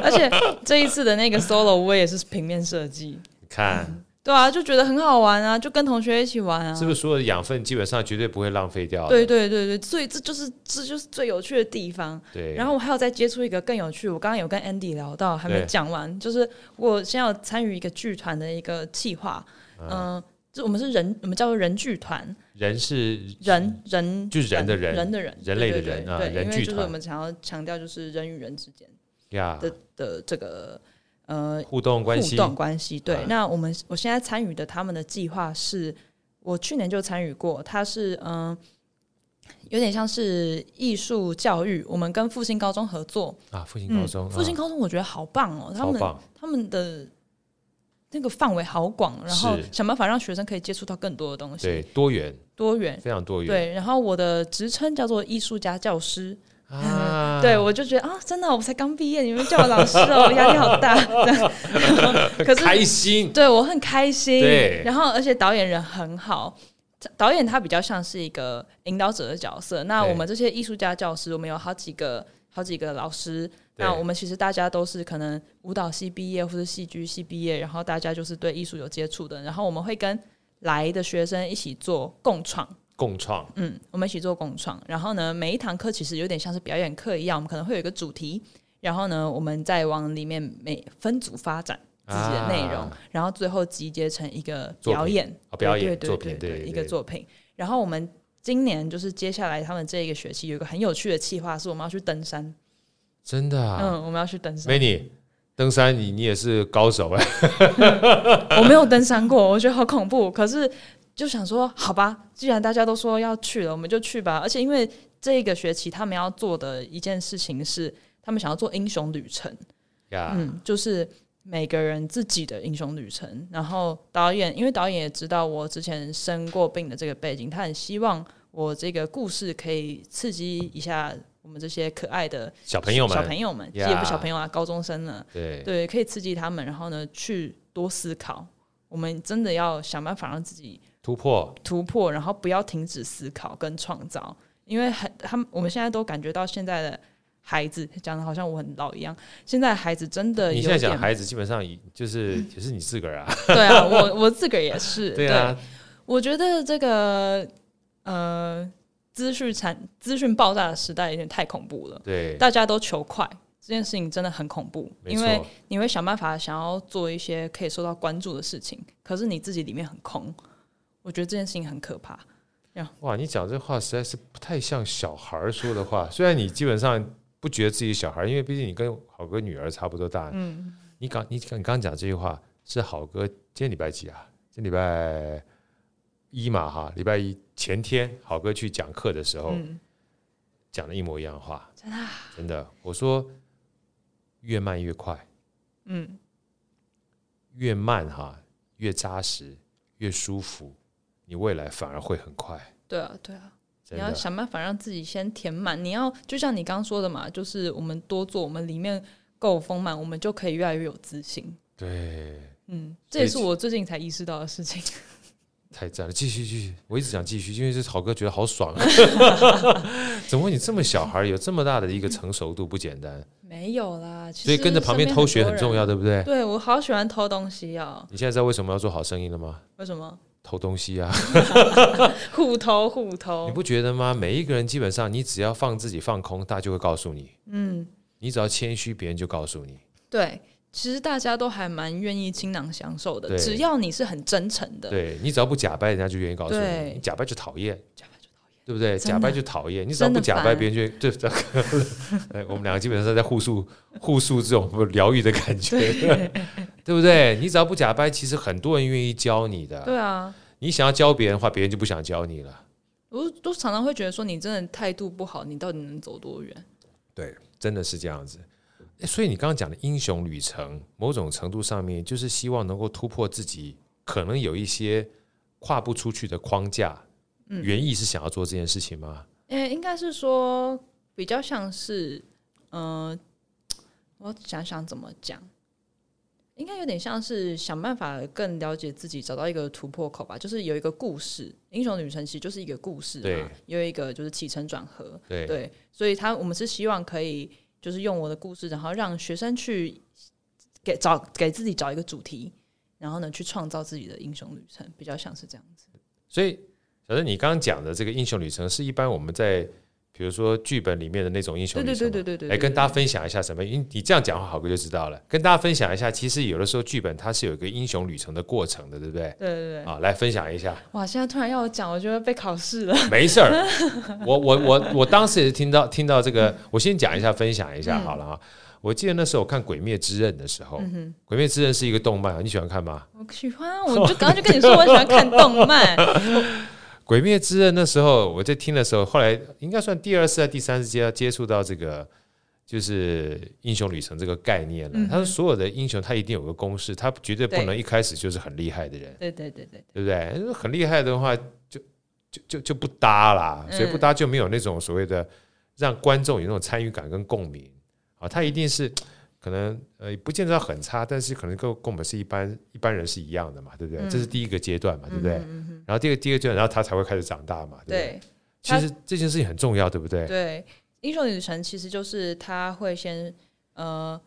而且这一次的那个 solo 我也是平面设计，
你看，
对啊，就觉得很好玩啊，就跟同学一起玩啊，
是不是所有的养分基本上绝对不会浪费掉的？
对对对对，所以这就是这就是最有趣的地方。
对。
然后我还有再接触一个更有趣，我刚刚有跟 Andy 聊到，还
对
没讲完，就是我现在有参与一个剧团的一个企划，嗯、就我们是人，我们叫做人剧团，
人是
人人
就是人的人
人的人，
人类的
对对
人啊
对，
人
对因
剧
为就是
团
我们想要强调就是人与人之间
呀，
的的这个呃
互动关
互
系
动关系。对，
啊
那我们我现在参与的他们的计划是，我去年就参与过，它是嗯、有点像是艺术教育，我们跟复兴高中合作。
啊，复兴高中，
复兴
啊
嗯高中我觉得好棒哦，他
超
们
棒，
他们的那个范围好广，然后
是
想办法让学生可以接触到更多的东
对，
西，
多元，
多元。
非常多元
对，然后我的职称叫做艺术家教师，
啊，
对，我就觉得啊，真的，我才刚毕业，你们叫我老师哦， 我压力好大。 对可是
开心，
对我很开心。
对
然后而且导演人很好，导演他比较像是一个引导者的角色。那
对
我们这些艺术家教师，我们有好几个好几个老师。
对
那我们其实大家都是可能舞蹈系毕业或是戏剧系毕业，然后大家就是对艺术有接触的，然后我们会跟来的学生一起做共创，
共创
嗯，我们一起做共创。然后呢，每一堂课其实有点像是表演课一样，我们可能会有一个主题，然后呢，我们再往里面每分组发展自己的内容，
啊
然后最后集结成一个表演，
啊表演
对对
作
对
品
对
对对
一个作品。然后我们今年就是接下来他们这一个学期有一个很有趣的计划，是我们要去登山。
真的啊
嗯，我们要去登山。
，Many 登山你你也是高手哎，
我没有登山过，我觉得好恐怖。可是就想说，好吧，既然大家都说要去了，我们就去吧。而且因为这个学期他们要做的一件事情是，他们想要做英雄旅程，
呀，
嗯，就是每个人自己的英雄旅程。然后导演，因为导演也知道我之前生过病的这个背景，他很希望我这个故事可以刺激一下我们这些可爱的
小朋友
小
们，
朋友们，
呀
也不是小朋友啊，高中生了。
对，
对，可以刺激他们，然后呢，去多思考。我们真的要想办法让自己
突破
突破，然后不要停止思考跟创造，因为很他们我们现在都感觉到现在的孩子讲的好像我很老一样，现在的孩子真的
你
有
现在
点嗯
讲孩子基本上已就是也是你自个儿 啊，
对啊，我我自个儿也 是，
对啊，
我觉得这个呃资讯产资讯爆炸的时代有点太恐怖了，
对，
大家都求快，这件事情真的很恐怖，
没
因为
错，
你会想办法想要做一些可以受到关注的事情，可是你自己里面很空，我觉得这件事情很可怕。
哇，你讲这话实在是不太像小孩儿说的话，虽然你基本上不觉得自己小孩儿，因为毕竟你跟好哥女儿差不多大，
嗯，
你刚你刚你刚讲这句话是好哥，今天礼拜几啊？今天礼拜一嘛哈，礼拜一前天好哥去讲课的时候、
嗯
讲的一模一样的话，
真的啊，
真的，我说越慢越快，
嗯，
越慢哈越扎实，越舒服，你未来反而会很快，
对啊，对啊，
真
你要
的
想办法让自己先填满。你要就像你刚刚说的嘛，就是我们多做，我们里面够丰满，我们就可以越来越有自信。
对，
嗯，
所
这
以
也是我最近才意识到的事情。
太赞了！继续继续，我一直想继续，因为这好哥觉得好爽、 啊，怎么会你这么小孩儿有这么大的一个成熟度不简单，
没有啦，其实
所以跟着旁边
身
偷学很
多
重要，
人。啊
对不对？
对我好喜欢偷东西哦，
你现在知道为什么要做好生意了吗？
为什 么？
偷东西啊，
互偷互偷。
你不觉得吗？每一个人基本上，你只要放自己放空，大家就会告诉你。嗯，你只要谦虚，别人就告诉你。
对，其实大家都还蛮愿意倾囊相授
对
的，只要你是很真诚的。
对啊你只要不假掰，人家就愿意告诉你。
对
你假掰就讨厌，
假扮就讨厌
对不对？
真的
假掰就讨厌，你只要不假掰，
真的烦
别人就对。哎，我们两个基 本上在互诉 互诉这种疗愈的感 觉，对不对？你只要不假掰，其实很多人愿意教你的。
对啊，
你想要教别人的话，别人就不想教你了。
我都常常会觉得说，你真的态度不好，你到底能走多远？
对，真的是这样子。哎、诶所以你刚刚讲的英雄旅程，某种程度上面就是希望能够突破自己可能有一些跨不出去的框架。
嗯
原意是想要做这件事情吗？
诶、应该是说比较像是，呃，我想想怎么讲，应该有点像是想办法更了解自己，找到一个突破口吧。就是有一个故事，《英雄旅程》其实就是一个故事
对
嘛，有一个就是起承转合，
对，
对，所以他我们是希望可以就是用我的故事，然后让学生去给找给自己找一个主题，然后呢去创造自己的英雄旅程，比较像是这样子。
所以小郑，你刚刚讲的这个英雄旅程，是一般我们在比如说剧本里面的那种英雄
对
旅
对
程
对
吗
对对对，
来跟大
家
家分享一下什么？因为你这样讲话，好哥就知道了。跟大家分享一下，其实有的时候剧本它是有一个英雄旅程的过程的，对不对？
对对对，
啊，来分享一下，
哇！现在突然要我讲，我觉得被考试 了。
没事儿。我我我我当时也是听到听到这个，我先讲一下，分享一下好了哈。我记得那时候我看《鬼灭之刃》的时候，鬼灭之刃》是一个动漫，你喜欢看吗？
我喜欢，啊我就刚刚就跟你说，我喜欢看动漫。
《鬼灭之刃》那时候我在听的时候，后来应该算第二次、第三次接接触到这个就是英雄旅程这个概念了。他说所有的英雄他一定有个公式，他绝对不
对
能一开始就是很厉害的人，
对对对对
对不对？很厉害的话就就就就不搭啦，
嗯
所以不搭就没有那种所谓的让观众有那种参与感跟共鸣啊。他一定是可能呃不见得很差，但是可能跟跟我们是一般一般人是一样的嘛，对不对？
嗯
这是第一个阶段嘛，
对，
对不对？
嗯嗯嗯
然后第二个第二个阶段，然后他才会开始长大嘛，对不对？
对
其实这件事情很重要，对不对？
对，英雄旅程其实就是他会先呃，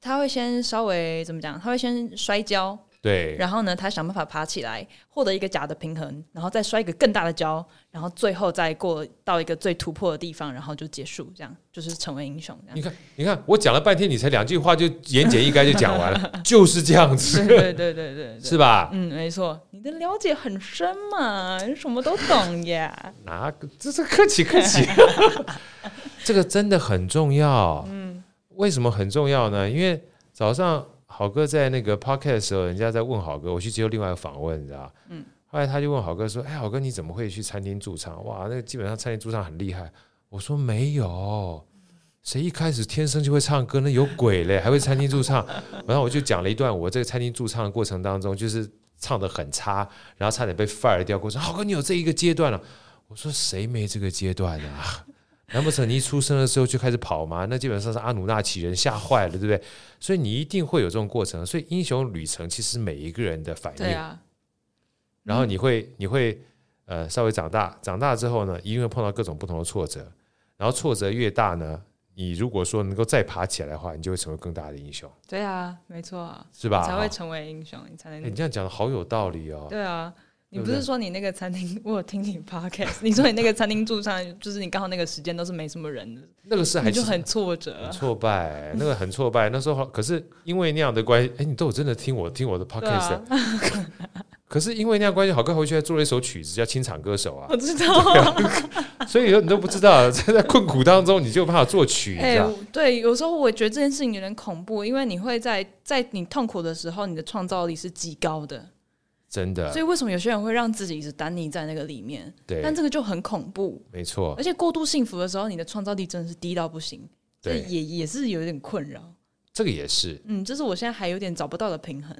他会先稍微怎么讲？他会先摔跤，
对
然后呢，他想办法爬起来，获得一个假的平衡，然后再摔一个更大的跤，然后最后再过到一个最突破的地方，然后就结束，这样就是成为英雄这
你
样。
看，你看，我讲了半天，你才两句话就言简意赅就讲完 了，就是这样
对
子，
对对对对对，
是吧？
嗯，没错，你的了解很深嘛，你什么都懂呀。
哪个啊这这客气客气，这个真的很重要。嗯，为什么很重要呢？因为早上好哥在那个 podcast 的时候，人家在问好哥，我去接受另外一个访问，你知道？嗯，后来他就问好哥说：“哎，好哥，你怎么会去餐厅驻唱？哇，那个基本上餐厅驻唱很厉害。”我说：“没有。”谁一开始天生就会唱歌？那有鬼嘞，还会餐厅驻唱。 然后我就讲了一段我这个餐厅驻唱的过程当中，就是唱的很差，然后差点被 fire 掉。过程好哥，你有这一个阶段了、啊我说谁没这个阶段啊？ 难不成你一出生的时候就开始跑吗？那基本上是阿努纳奇人吓坏了，对不对？所以你一定会有这种过程。所以英雄旅程其实每一个人的反应，
对啊，
然后你会你会呃稍微长大，长大之后呢，一定会碰到各种不同的挫折，然后挫折越大呢，你如果说能够再爬起来的话，你就会成为更大的英雄，
对啊，没错啊，
是吧？
你才
哈
会成为英雄，你才
哎
能
你这样讲的好有道理哦。
对啊，你
对不
不
对
是说你那个餐厅，我有听你 podcast，你说你那个餐厅驻唱，就是你刚好那个时间都是没什么人的，
那个是还
你
是
就很挫折
很
啊。
挫败，那个很挫败。那时候可是因为那样的关系，哎、你都有真的听我听我的
对
podcast，、
啊，
可是因为那样关系，好哥回去还做了一首曲子叫《清场歌手》
我知 道啊。
啊，所以你都不知道，在在困苦当中，你就有办法作曲，你
哎、
知道？
我对，有时候我觉得这件事情有点恐怖，因为你会在在你痛苦的时候，你的创造力是极高的，
真的
所，以为什么有些人会让自己一直单溺在那个里面？
嗯对，哦
但这个就很恐怖，
没错，
而且过度幸福的时候，你的创造力真的是低到不行，这
对，
也也是有点困扰。
这个也是。
嗯，这是我现在还有点找不到的平衡。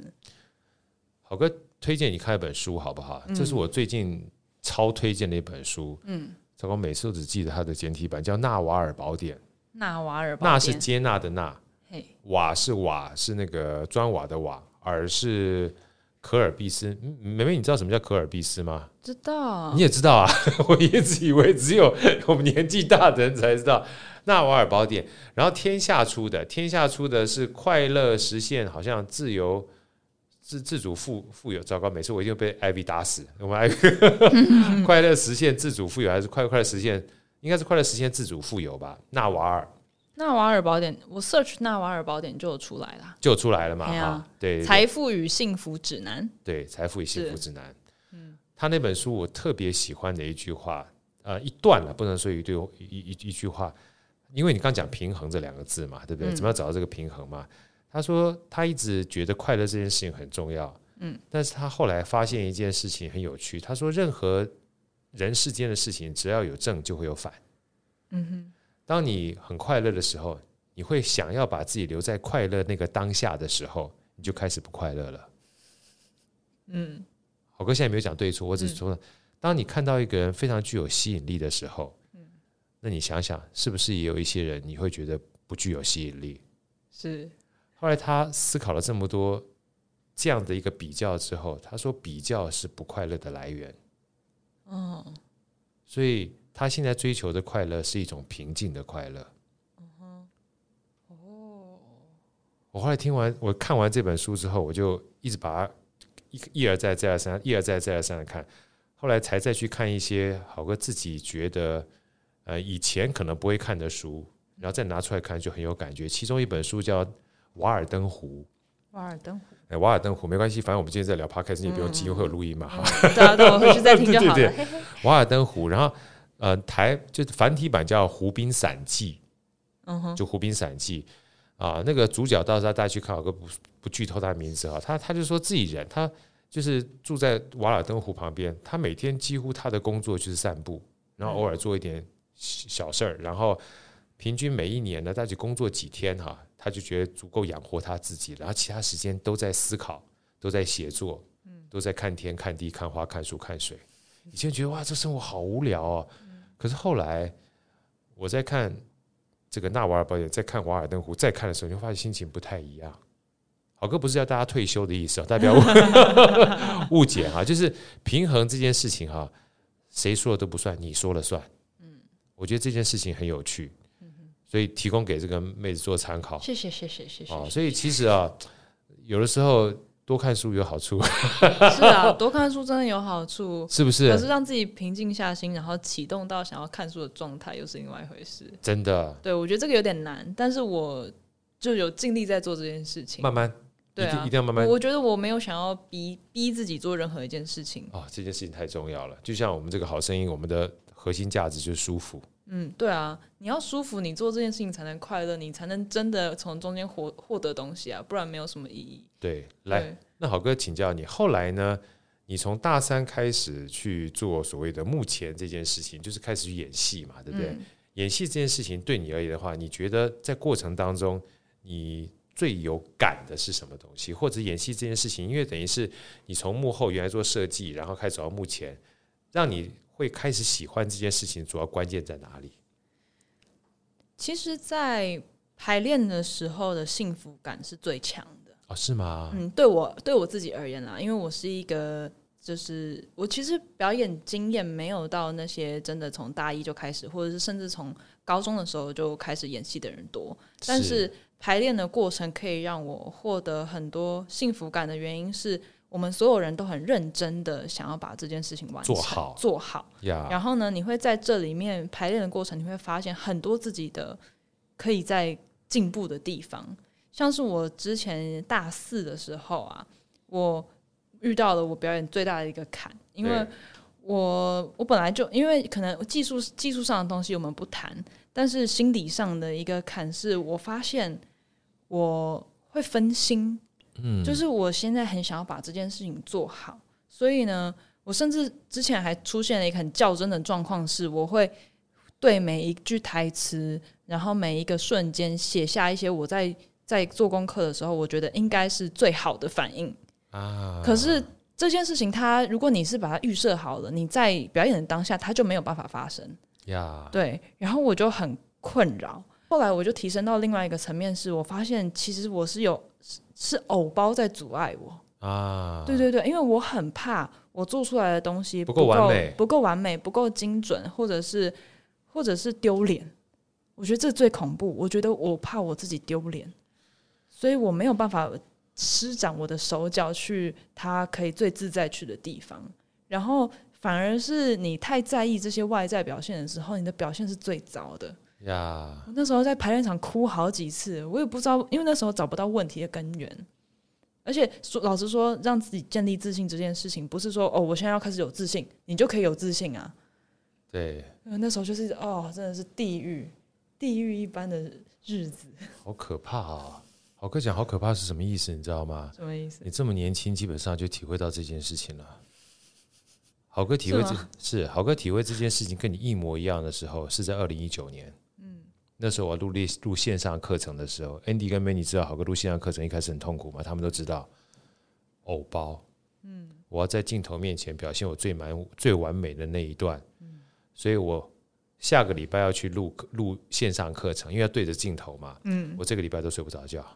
好哥推荐你看一本书好不
嗯
好？这是我最近超推荐的一本书，嗯，糟糕，每次都只记得它的简体版，叫《纳瓦尔宝典》，
纳瓦尔宝
纳是
典
接纳的纳，
嘿，
瓦是瓦是那个砖瓦的瓦，尔是可尔必斯。嗯妹妹，你知道什么叫可尔必斯吗？
知道
你也知道啊， 我一直以为只有 我们年纪大的人才知道《纳瓦尔宝典》，然后天下出的，天下出的是快乐实现，好像自由。自自主富富有，糟糕！每次我一定被艾薇打死。我们艾薇 快乐实现自主富有，还是快快乐实现？应该是快乐实现自主富有吧？纳瓦尔
纳瓦尔宝典，我 search 纳瓦尔宝典就有出来啦，
就出来了嘛？
哎呀
哈，对，对
《
对
财富与幸福指南》。
对，《财富与幸福
是
指南》。他那本书我特别喜欢的一句话，呃，一段了，不能说一对一一一句话，因为你刚讲平衡这两个字嘛，对不对？怎么样找到这个平衡嘛？他说他一直觉得快乐这件事情很重要，嗯，但是他后来发现一件事情很有趣，他说任何人世间的事情，只要有正就会有反，嗯哼，当你很快乐的时候，你你会想要把自己留在快乐那个当下的时候，你就开始不快乐了。
嗯，
好哥现在没有讲对错，我只是说，当你看到一个人非常具有吸引力的时候，那你想想，是不是也有一些人你会觉得不具有吸引力？
是
后来他思考了这么多这样的一个比较之后，他说比较是不快乐的来源，
嗯
所以他现在追求的快乐是一种平静的快乐。
哦，
我后来听完，我看完这本书之后，我就一直把它一一而再、再而三、一而再、再而三的看，后来才再去看一些好哥自己觉得呃以前可能不会看的书，然后再拿出来看就很有感觉。其中一本书叫《瓦尔登湖》。
瓦尔 登湖，
哎，瓦尔登湖没关系，反正我们今天在聊 podcast，你也不用急，因为会有录音嘛。哈。
对啊，对，我回去再听就好
对
了
对。瓦尔登湖，然后呃台就是繁体版叫《湖滨散记》，
嗯哼，
就《湖滨散记》啊，那个主角到时候大家去看，我个不不剧透他的名字啊，他他就说自己人，他就是住在瓦尔登湖旁边，他每天几乎他的工作就是散步，然后偶尔做一点小小事儿，然后平均每一年呢，他只工作几天哈、他就觉得足够养活他自己，然后其他时间都在思考，都在写作，都在看天、看地、看花、看树、看水。以前觉得哇，这生活好无聊哦，可是后来我在看这个纳瓦尔表演，在看《瓦尔登湖》，再看的时候，你会发现心情不太一样。好哥不是要大家退休的意思啊，大家不要误解哈、就是平衡这件事情哈、谁说了都不算，你说了算。我觉得这件事情很有趣，所以提供给这个妹子做参考
谢谢谢谢谢
啊。
谢，
所以其实啊，有的时候多看书有好 处，
是啊，多看书真的有好处，
是不
可
是？
是让自己平静下心，然后启动到想要看书的状态，又是另外一回事。
真的，
对，我觉得这个有点难，但是我就有尽力在做这件事情。
慢慢，
对
一定
啊
一定要慢慢
我觉得我没有想要逼逼自己做任何一件事情。
啊、这件事情太重要了。就像我们这个好声音，我们的核心价值就是舒服。
嗯，对啊，你要舒服，你做这件事情才能快乐，你才能真的从中间获获得东西啊，不然没有什么意义。
对，来，
对，
那好哥请教你，后来呢？你从大三开始去做所谓的幕前这件事情，就是开始去演戏嘛，对不对？
嗯
演戏这件事情对你而言的话，你觉得在过程当中，你最有感的是什么东西？或者演戏这件事情，因为等于是你从幕后原来做设计，然后开始走到幕前，让你会开始喜欢这件事情，主要关键在哪里？
其实，在排练的时候的幸福感是最强的。
哦，是吗？
嗯，对我对我自己而言啦，因为我是一个，就是我其实表演经验没有到那些真的从大一就开始，或者是甚至从高中的时候就开始演戏的人多，但是排练的过程可以让我获得很多幸福感的原因是。我们所有人都很认真的想要把这件事情完成
做好啊
做好。
呀，
然后呢，你会在这里面排练的过程，你会发现很多自己的可以在进步的地方。像是我之前大四的时候啊，我遇到了我表演最大的一个坎，因为
对
我我本来就因为可能技术技术上的东西我们不谈，但是心理上的一个坎是我发现我会分心，嗯，就是我现在很想要把这件事情做好，所以呢，我甚至之前还出现了一个很较真的状况，是我会对每一句台词，然后每一个瞬间写下一些我在在做功课的时候，我觉得应该是最好的反应啊。可是这件事情它，如果你是把它预设好了，你在表演的当下，它就没有办法发生。
呀，
对，然后我就很困扰。后来我就提升到另外一个层面是，我发现其实我是有是是偶包在阻碍我。
啊，
对对对，因为我很怕我做出来的东西
不够完美
不够完美、不够精准，或者是或者是丢脸。我觉得这最恐怖，我觉得我怕我自己丢脸，所以我没有办法施展我的手脚去他可以最自在去的地方。然后反而是你太在意这些外在表现的时候，你的表现是最糟的。
呀，
我那时候在排练场哭好几次，我也不知道，因为那时候找不到问题的根源。而且说，老实说，让自己建立自信这件事情，不是说哦，我现在要开始有自信，你就可以有自信啊。
对，
呃那时候就是哦，真的是地狱，地狱一般的日子，
好可怕啊！好哥讲好可怕是什么意思，你知道吗？
什么意思？
你这么年轻，基本上就体会到这件事情了。好哥体会
是
这是好哥体会这件事情跟你一模一样的时候，是在二零一九年。嗯，那时候我录录录线上课程的时候，Andy 跟 Manny 知道好哥录线上课程一开始很痛苦嘛，他们都知道，偶包，嗯，我要在镜头面前表现我最满最完美的那一段，所以我下个礼拜要去录录线上课程，因为要对着镜头嘛，嗯，我这个礼拜都睡不着觉，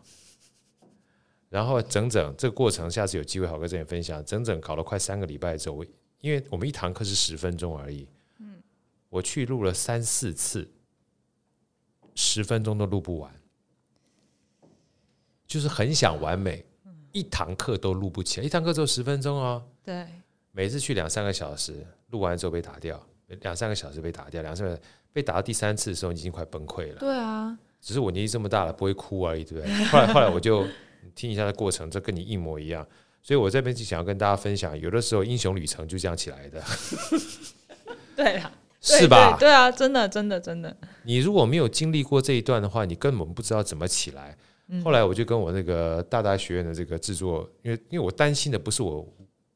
然后整整这个过程，下次有机会好哥跟你分享，整整搞了快三个礼拜之后，我因为我们一堂课是十分钟而已，我去录了三四次，十分钟都录不完，就是很想完美，一堂课都录不起来，一堂课只有十分钟哦，
对，
每次去两三个小时，录完之后被打掉，两三个小时被打掉，两三个被打到第三次的时候，你已经快崩溃了。
对啊，
只是我年纪这么大了，不会哭而已，对不对？后 来后来我就你听一下的过程，这跟你一模一样。所以我这边就想要跟大家分享，有的时候英雄旅程就这样起 来的，
对啊，对
是吧？
对对啊，真的，真的，真的，
你如果没有经历过这一段的话，你根本不知道怎么起来。
嗯
后来我就跟我那个大大学院的这个制作，因为因为我担心的不是我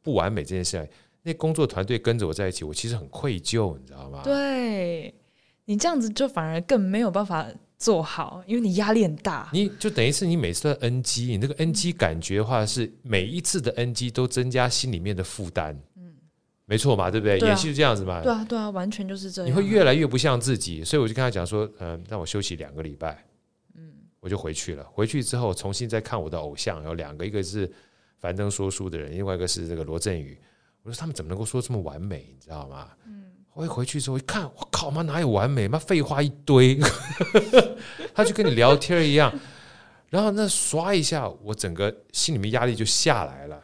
不完美这件事，那工作团队跟着我在一起，我其实很愧疚，你知道吗？
对你这样子就反而更没有办法做好，因为你压力很大。
你就等于是你每次的 NG，你那个 NG 感觉的话是每一次的 NG 都增加心里面的负担，嗯，没错嘛，对不对？
对啊
演戏就这样子嘛，
对啊，对啊，完全就是这样。啊
你会越来越不像自己，所以我就跟他讲说，嗯、让我休息两个礼拜，嗯，我就回去了。回去之后重新再看我的偶像，有两个，一个是樊登说书的人，另外一个是这个罗振宇。我说他们怎么能够说这么完美，你知道吗？嗯，我一回去之后一看，我靠妈哪有完美？妈废话一堆， 他就跟你聊天一样。然后那刷一下，我整个心里面压力就下来了。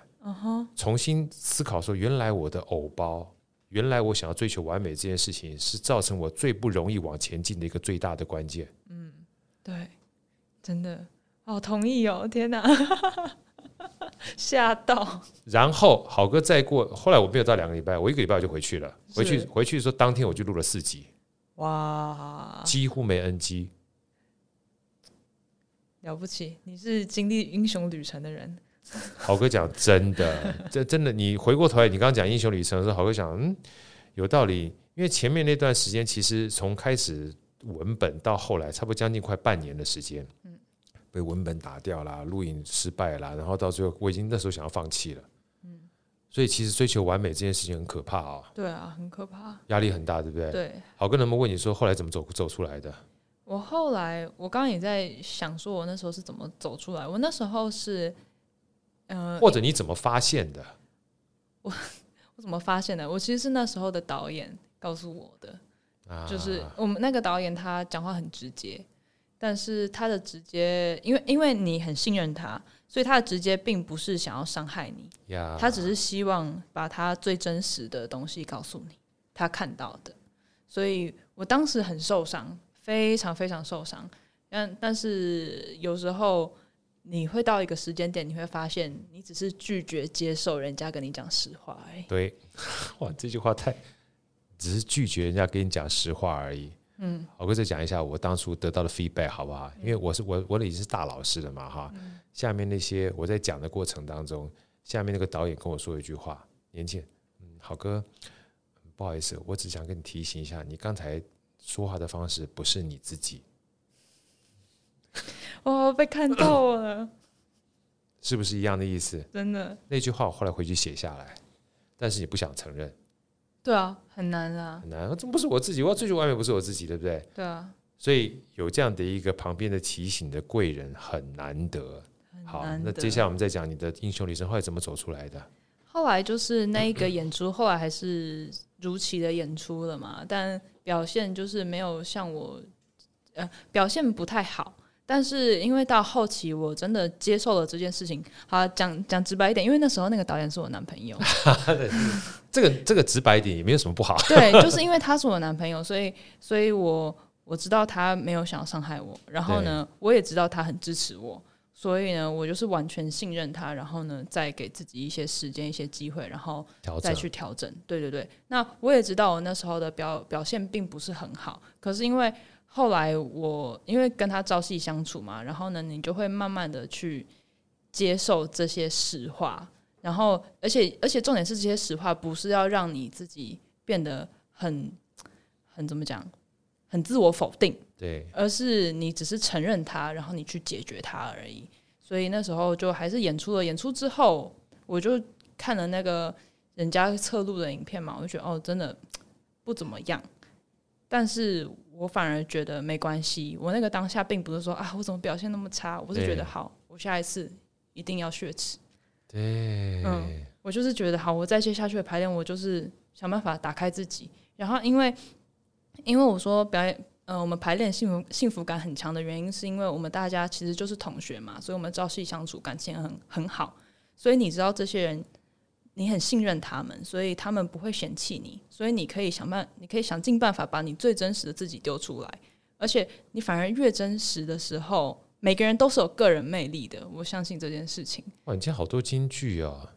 重新思考说，原来我的偶包，原来我想要追求完美这件事情，是造成我最不容易往前进的一个最大的关键。
对，真的，哦，同意哦，天哪， 吓到，
然后好哥再过，后来我没有到两个礼拜，我一个礼拜我就回去了。回去
是
回去的时候，当天我就录了四集，
哇，
几乎没 NG。
了不起，你是经历英雄旅程的人，
好哥讲真的，这真的，你回过头来，你刚刚讲英雄旅程的时候，好哥讲，嗯，有道理。因为前面那段时间，其实从开始文本到后来，差不多将近快半年的时间，被文本打掉啦，录影失败啦，然后到最后，我已经那时候想要放弃了，所以其实追求完美这件事情很可怕啊、
对啊，很可怕。
压力很大，对不对？
对
好哥，能不能问你说后来怎么走走出来的？
我后来，我刚刚也在想，说我那时候是怎么走出来，我那时候是，呃，
或者你怎么发现的？
我怎么发现的？我其实是那时候的导演告诉我的，
啊，
就是我们那个导演他讲话很直接，但是他的直接，因为因为你很信任他，所以他的直接并不是想要伤害你，
呀，
他只是希望把他最真实的东西告诉你，他看到的。所以我当时很受伤，非常非常受伤。但但是有时候你会到一个时间点，你会发现你只是拒绝接受人家跟你讲实话而已。
对， 哇，这句话太，只是拒绝人家跟你讲实话而已。嗯，我哥再讲一下我当初得到的 feedback 好不好？因为我是我我已经是大老师了嘛哈，下面那些我在讲的过程当中，下面那个导演跟我说一句话，年轻人，嗯，好哥，不好意思，我只想跟你提醒一下，你刚才说话的方式不是你自己，
哦，被看到了，
是不是一样的意思？
真的。
那句话我后来回去写下来，但是你不想承认，
对啊，很难啊，
很难，这不是我自己，我要追求完美不是我自己，对不对？
对啊，
所以有这样的一个旁边的提醒的贵人很难得。好，
难
那
得
接下来我们再讲你的英雄旅程后来怎么走出来的。
后来就是那一个演出，后来还是如期的演出了嘛，但表现就是没有像我，呃，表现不太好。但是因为到后期，我真的接受了这件事情。好，讲讲直白一点，因为那时候那个导演是我男朋友，
这个这个直白一点也没有什么不好。
对，就是因为他是我男朋友，所以所以我我知道他没有想要伤害我，然后呢，我也知道他很支持我，所以呢，我就是完全信任他，然后呢，再给自己一些时间、一些机会，然后
调
再
整
去调整。对对对，那我也知道我那时候的表表现并不是很好，可是因为后来我因为跟他朝夕相处嘛，然后呢，你就会慢慢的去接受这些实话，然后而且而且重点是这些实话不是要让你自己变得很很怎么讲，很自我否定，
对，
而是你只是承认它，然后你去解决它而已。所以那时候就还是演出了，演出之后我就看了那个人家侧录的影片嘛，我就觉得哦，真的不怎么样。但是我反而觉得没关系，我那个当下并不是说啊，我怎么表现那么差，我是觉
对
得好，我下一次一定要血池。
对，
嗯我就是觉得好，我再接下去的排练，我就是想办法打开自己。然后因为因为我说表演，呃，我们排练幸福幸福感很强的原因，是因为我们大家其实就是同学嘛，所以我们朝夕相处，感情很很好。所以你知道这些人，你很信任他们，所以他们不会嫌弃你，所以你可以想办，你可以想尽办法把你最真实的自己丢出来。而且你反而越真实的时候，每个人都是有个人魅力的，我相信这件事情。
哇，你今天好多金句啊！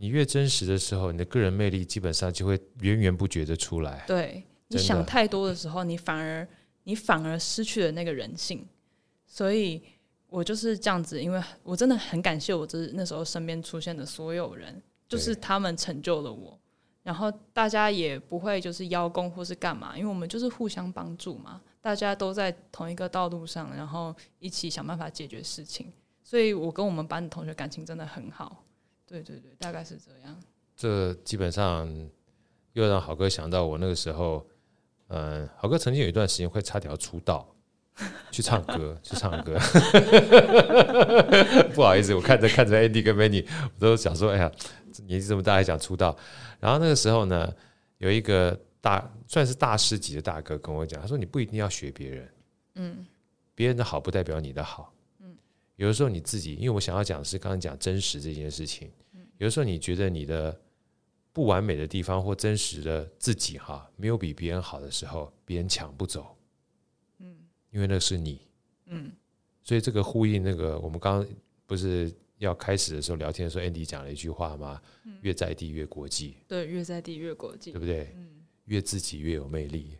你越真实的时候，你的个人魅力基本上就会源源不绝的出来。
对，你
真的
想太多的时候，你反而你反而失去了那个人性。所以我就是这样子，因为我真的很感谢我这那时候身边出现的所有人，就是
对
他们成就了我。然后大家也不会就是邀功或是干嘛，因为我们就是互相帮助嘛，大家都在同一个道路上，然后一起想办法解决事情。所以我跟我们班的同学感情真的很好，对对对，大概是这样。
这基本上又让好哥想到我那个时候，嗯，好哥曾经有一段时间会差点要出道，去唱歌，去唱歌。 不好意思，我看着看着 Andy 跟 Manny，我都想说，哎呀，年纪这么大还想出道。然后那个时候呢，有一个大算是大师级的大哥跟我讲，他说你不一定要学别人，嗯，别人的好不代表你的好，嗯，有的时候你自己，因为我想要讲的是刚才讲真实这件事情。有的时候你觉得你的不完美的地方或真实的自己哈，没有比别人好的时候，别人抢不走，嗯，因为那是你，嗯，所以这个呼应那个我们刚刚不是要开始的时候聊天的时候，Andy 讲了一句话吗？越在地越国际，
对，越在地越国际
对，不对？越自己越有魅力，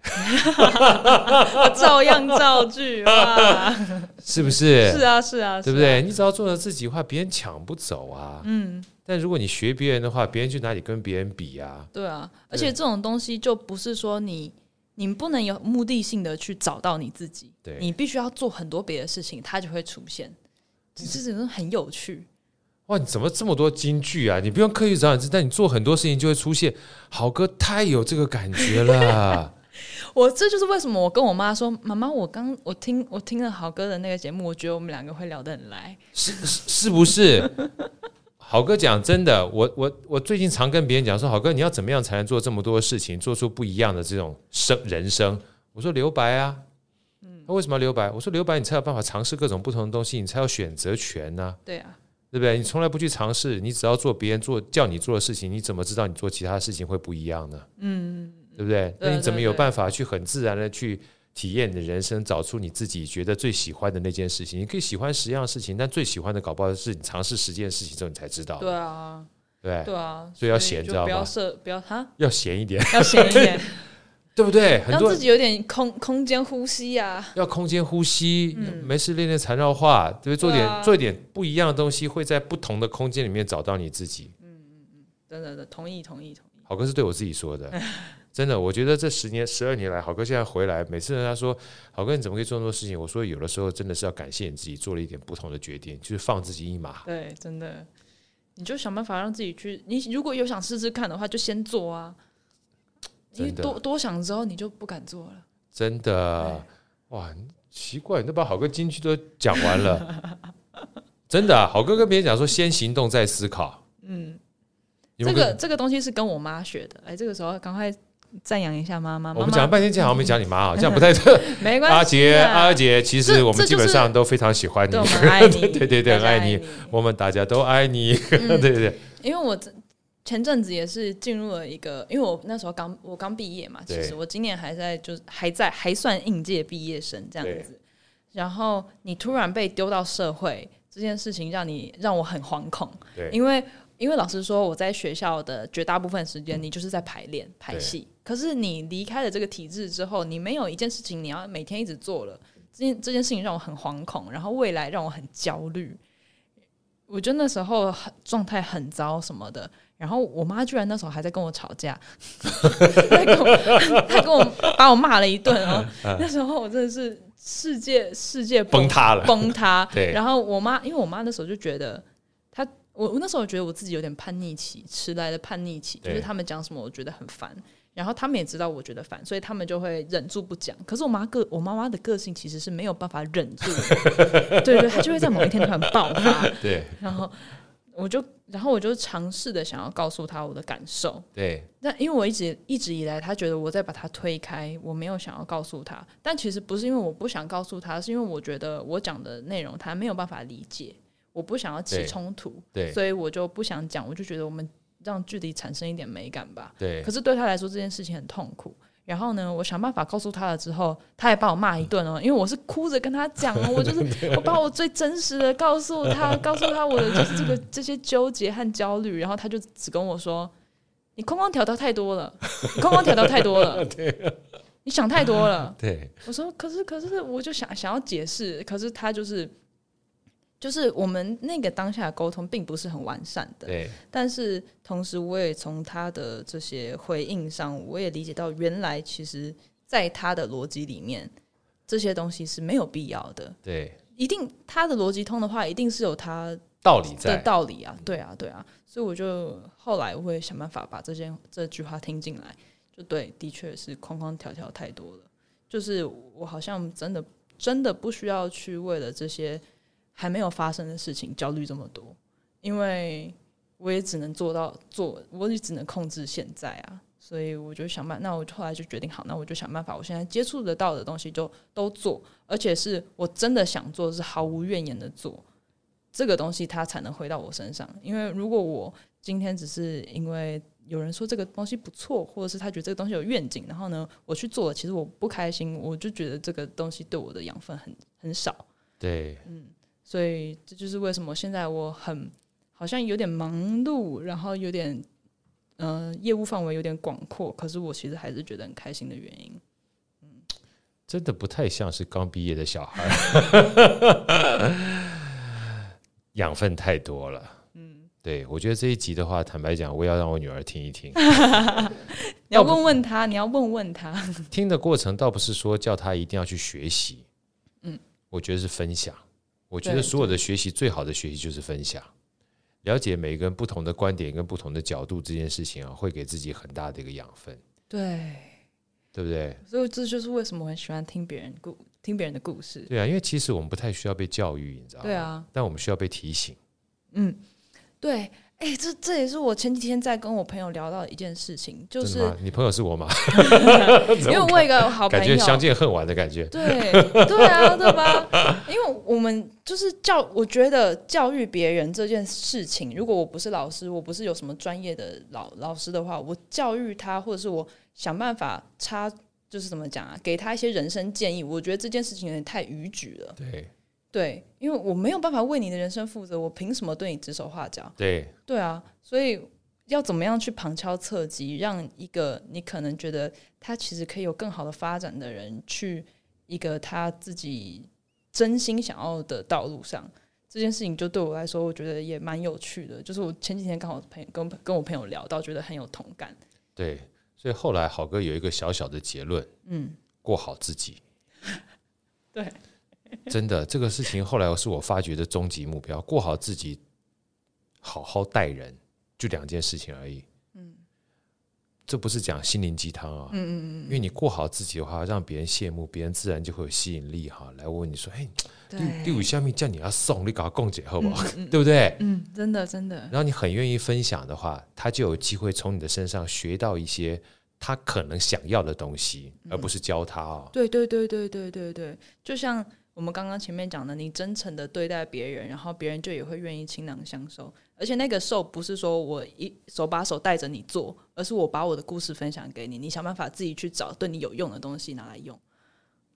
哦照样造句哇。
是不是？
是啊，是 啊，
对不
是啊？
对？你只要做了自己的话，别人抢不走啊。嗯，但如果你学别人的话，别人去哪里跟别人比啊？
对啊，而且这种东西就不是说你你不能有目的性的去找到你自己，
对
你必须要做很多别的事情，它就会出现。
嗯
这这种很有趣，
哇，你怎么这么多金句啊？你不用刻意找你自己，但你做很多事情就会出现。豪哥太有这个感觉了，
我这就是为什么我跟我妈说，妈妈，我刚我听我听了豪哥的那个节目，我觉得我们两个会聊得很来。
是是是不是？豪哥讲真的，我我我最近常跟别人讲说，豪哥你要怎么样才能做这么多事情，做出不一样的这种生人生？我说留白啊，他为什么要留白？我说留白你才有办法尝试各种不同的东西，你才有选择权呢、
对啊，
对不对？你从来不去尝试，你只要做别人做叫你做的事情，你怎么知道你做其他事情会不一样呢？嗯，对不对？那你怎么有办法去很自然的去体验你的人生，找出你自己觉得最喜欢的那件事情？你可以喜欢十样事情，但最喜欢的搞不好是你尝试十件事情之后你才知道，
对啊，
对不对
对啊，
所以要闲
就
知道
不
吧
要设，不要哈，
要闲一点，
要闲一点，
对不对？ 很
让
多
自
人
己有点空空间呼吸啊。
要空间呼吸，没事练练缠绕画，对不对？做点、
嗯对啊
做一点不一样的东西，会在不同的空间里面找到你自己。
嗯真的，真的同意，同意，同意。
好哥是对我自己说 的，真的，我觉得这十年、十二年来，好哥现在回来，每次人家说好哥你怎么可以做那么多事情，我说有的时候真的是要感谢你自己做了一点不同的决定，就是放自己一马。
对，真的，你就想办法让自己去。你如果有想试试看的话，就先做啊。你
真的
多多想之后，你就不敢做了。
真的，哇，你奇怪，你都把好哥金句都讲完了， 真的啊、好哥跟别人讲说先行动再思考，嗯，
这个这个东西是跟我妈学的。哎，这个时候赶快赞扬一下妈妈。
我
啊妈
们讲了
妈
半天，这样好像没讲你妈啊，这样不太对。
没关系啊，
阿杰，阿杰，其实
这
我们
这
基
就
本
是
上都非常喜欢你
对，我们爱你，嗯
对对对，
大
很
家
爱
爱
你，。我们大家都爱你， 对对对。
因为我这前阵子也是进入了一个，因为我那时候刚我刚毕业嘛，
对
其实我今年还在就是还在还算应届毕业生这样子。然后你突然被丢到社会这件事情，让你让我很惶恐，
对
因为因为老实说，我在学校的绝大部分时间，你就是在排练排戏。可是你离开了这个体制之后，你没有一件事情你要每天一直做了，这件这件事情让我很惶恐，然后未来让我很焦虑。我觉得那时候很状态很糟什么的，然后我妈居然那时候还在跟我吵架， 她跟我 她跟我把我骂了一顿哦。那时候我真的是世界世界
崩塌了。
崩塌。
对
然后我妈，因为我妈那时候就觉得她，我我那时候觉得我自己有点叛逆期，迟来的叛逆期，就
对
是他们讲什么我觉得很烦，然后他们也知道我觉得烦，所以他们就会忍住不讲。可是我妈个我妈妈的个性其实是没有办法忍住的， 对对，她就会在某一天突然爆发，
对
然后我就然后我就尝试的想要告诉她我的感受，
对
那因为我一直一直以来，他觉得我在把他推开，我没有想要告诉他。但其实不是因为我不想告诉他，是因为我觉得我讲的内容他没有办法理解，我不想要起
对
冲突，
对
所以我就不想讲。我就觉得我们让距离产生一点美感吧。
对
可是对他来说这件事情很痛苦。然后呢，我想办法告诉他了之后，他还把我骂一顿哦，因为我是哭着跟他讲哦，我就是我把我最真实的告诉他，告诉他我的就是这个这些纠结和焦虑，然后他就只跟我说：“你空空调调太多了，你空空调调太多了，你想太多了。”
对
我说：“可是，可是，我就想想要解释，可是他就是，就是我们那个当下的沟通并不是很完善的。
对
但是同时，我也从他的这些回应上，我也理解到，原来其实在他的逻辑里面，这些东西是没有必要的。
对，
一定他的逻辑通的话，一定是有他
道理
的
在。
道理啊，对啊，对啊。所以我就后来我会想办法把这件这句话听进来，就对，的确是框框条条太多了。就是我好像真的真的不需要去为了这些还没有发生的事情焦虑这么多，因为我也只能做到做，我也只能控制现在啊。所以我就想办，那我后来就决定好，那我就想办法，我现在接触得到的东西就都做，而且是我真的想做，是毫无怨言的做。这个东西它才能回到我身上。因为如果我今天只是因为有人说这个东西不错，或者是他觉得这个东西有愿景，然后呢我去做了，其实我不开心，我就觉得这个东西对我的养分很很少。
对
所以这就是为什么现在我很好像有点忙碌，然后有点嗯、呃业务范围有点广阔，可是我其实还是觉得很开心的原因。
真的不太像是刚毕业的小孩儿， 养分太多了。嗯，对，我觉得这一集的话，坦白讲，我也要让我女儿听一听。
你要问问他，你要问问他，
听的过程倒不是说叫她一定要去学习，嗯，我觉得是分享。我觉得
对
所有的学习，最好的学习就是分享，了解每个人不同的观点跟不同的角度这件事情啊，会给自己很大的一个养分，
对，
对不对？
所以这就是为什么我很喜欢听别人故听别人的故事。
对啊，因为其实我们不太需要被教育，你知道吗？
对啊，嗯
但我们需要被提醒。
对，哎、这这也是我前几天在跟我朋友聊到的一件事情，就
真
是
的吗？你朋友是我吗？
因为我有一个好 朋
感觉
友，
相见恨晚的感觉。
对对啊，对吧？因为我们就是教，我觉得教育别人这件事情，如果我不是老师，我不是有什么专业的老老师的话，我教育他，或者是我想办法插，就是怎么讲啊，给他一些人生建议，我觉得这件事情有点太逾矩了。
对
对，因为我没有办法为你的人生负责，我凭什么对你指手画脚？
对
对啊，所以要怎么样去旁敲侧击，让一个你可能觉得他其实可以有更好的发展的人，去一个他自己真心想要的道路上，这件事情就对我来说，我觉得也蛮有趣的。就是我前几天刚好朋友跟跟我朋友聊到，觉得很有同感。
对，所以后来好哥有一个小小的结论：
嗯，
过好自己。
对，
真的，这个事情后来是我发掘的终极目标，过好自己，好好待人，就两件事情而已。嗯，这不是讲心灵鸡汤啊。嗯嗯嗯，因为你过好自己的话，让别人羡慕，别人自然就会有吸引力哈、来问你说：“哎，
对
第第五下面叫你要送，你搞供姐好不好？ 对不对？”
嗯，真的真的，
然后你很愿意分享的话，他就有机会从你的身上学到一些他可能想要的东西，而不是教他哦。
对对对对对对对，就像我们刚刚前面讲的，你真诚的对待别人，然后别人就也会愿意倾囊相授。而且那个授不是说我一手把手带着你做，而是我把我的故事分享给你，你想办法自己去找对你有用的东西拿来用。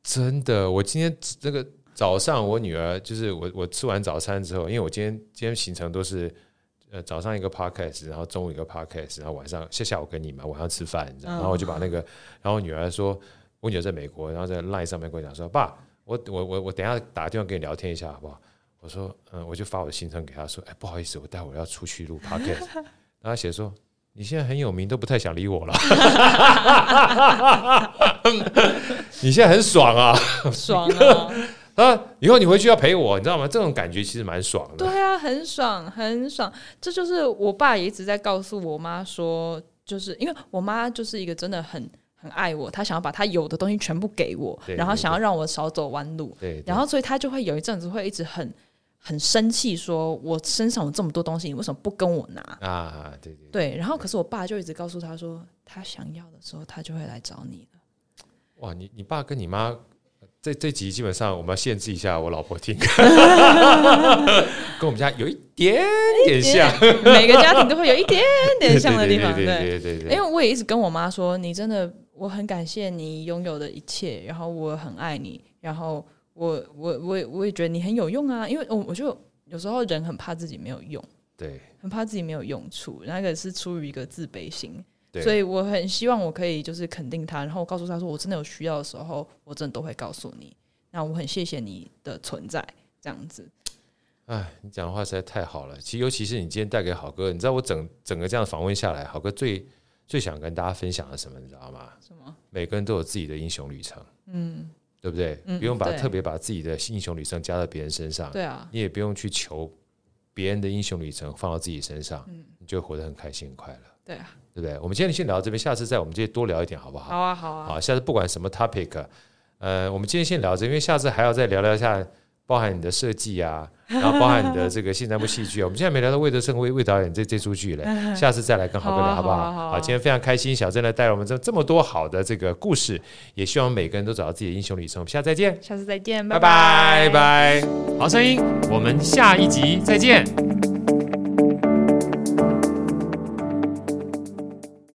真的，我今天那个早上，我女儿就是我，我吃完早餐之后，因为我今天今天行程都是呃早上一个 podcast，然后中午一个 podcast，然后晚上下下午跟你嘛，晚上吃饭，你知道，
嗯
然后我就把那个，然后我女儿说，我女儿在美国，然后在 line 上面跟我讲说，爸，我我我我等一下打电话跟你聊天一下好不好？我说，嗯，我就发我的行程给她说，哎，不好意思，我待会儿要出去录 podcast。 然后他写说你现在很有名，都不太想理我了。 你现在很爽啊！
爽啊！
啊，以后你回去要陪我，你知道吗？这种感觉其实蛮爽 的。
对啊，很爽，很爽。这就是我爸也一直在告诉我妈说，就是因为我妈就是一个真的很很爱我，她想要把她有的东西全部给我，
对
然后
对
想要让我少走弯路，
对，对
然后所以她就会有一阵子会一直很很生气，说我身上有这么多东西，你为什么不跟我拿？
啊，对对，
对，然后可是我爸就一直告诉她说，她想要的时候，她就会来找你 了。
哇，你你爸跟你妈。这这集基本上我们要限制一下我老婆听， 跟我们家有一点点像，
每个家庭都会有一点点像的地方，
对对对对对对
因为我也一直跟我妈说，你真的，我很感谢你拥有的一切，然后我很爱你，然后我我我也我也觉得你很有用啊，因为我我就有时候人很怕自己没有用，
对
很怕自己没有用处，那个是出于一个自卑心，
对，
所以我很希望我可以就是肯定他，然后告诉他说，我真的有需要的时候，我真的都会告诉你，那我很谢谢你的存在，这样子，
哎，你讲的话实在太好了。其实，尤其是你今天带给好哥，你知道我整整个这样访问下来，好哥最最想跟大家分享的是什么，你知道吗？
什么？
每个人都有自己的英雄旅程，嗯，对不对？不用把
嗯对
特别把自己的英雄旅程加到别人身上，
对啊，
你也不用去求别人的英雄旅程放到自己身上，你就活得很开心、很快乐，
嗯对啊，
对不对？我们今天先聊到这边，下次再我们这多聊一点，好不好？
好啊，好啊，
好，下次不管什么 topic，呃，我们今天先聊着，因为下次还要再聊聊一下，包含你的设计啊，然后包含你的这个现在部戏剧啊，我们现在没聊到魏德胜魏魏导演这这出剧 嘞，下次再来跟豪哥
好啊
聊好不
好
好？
啊好啊
今天非常开心，小郑来带我们这这么多好的这个故事，也希望每个人都找到自己的英雄旅程。我们下次再见，
下次再见，
拜拜。拜
好声音，我们下一集再见。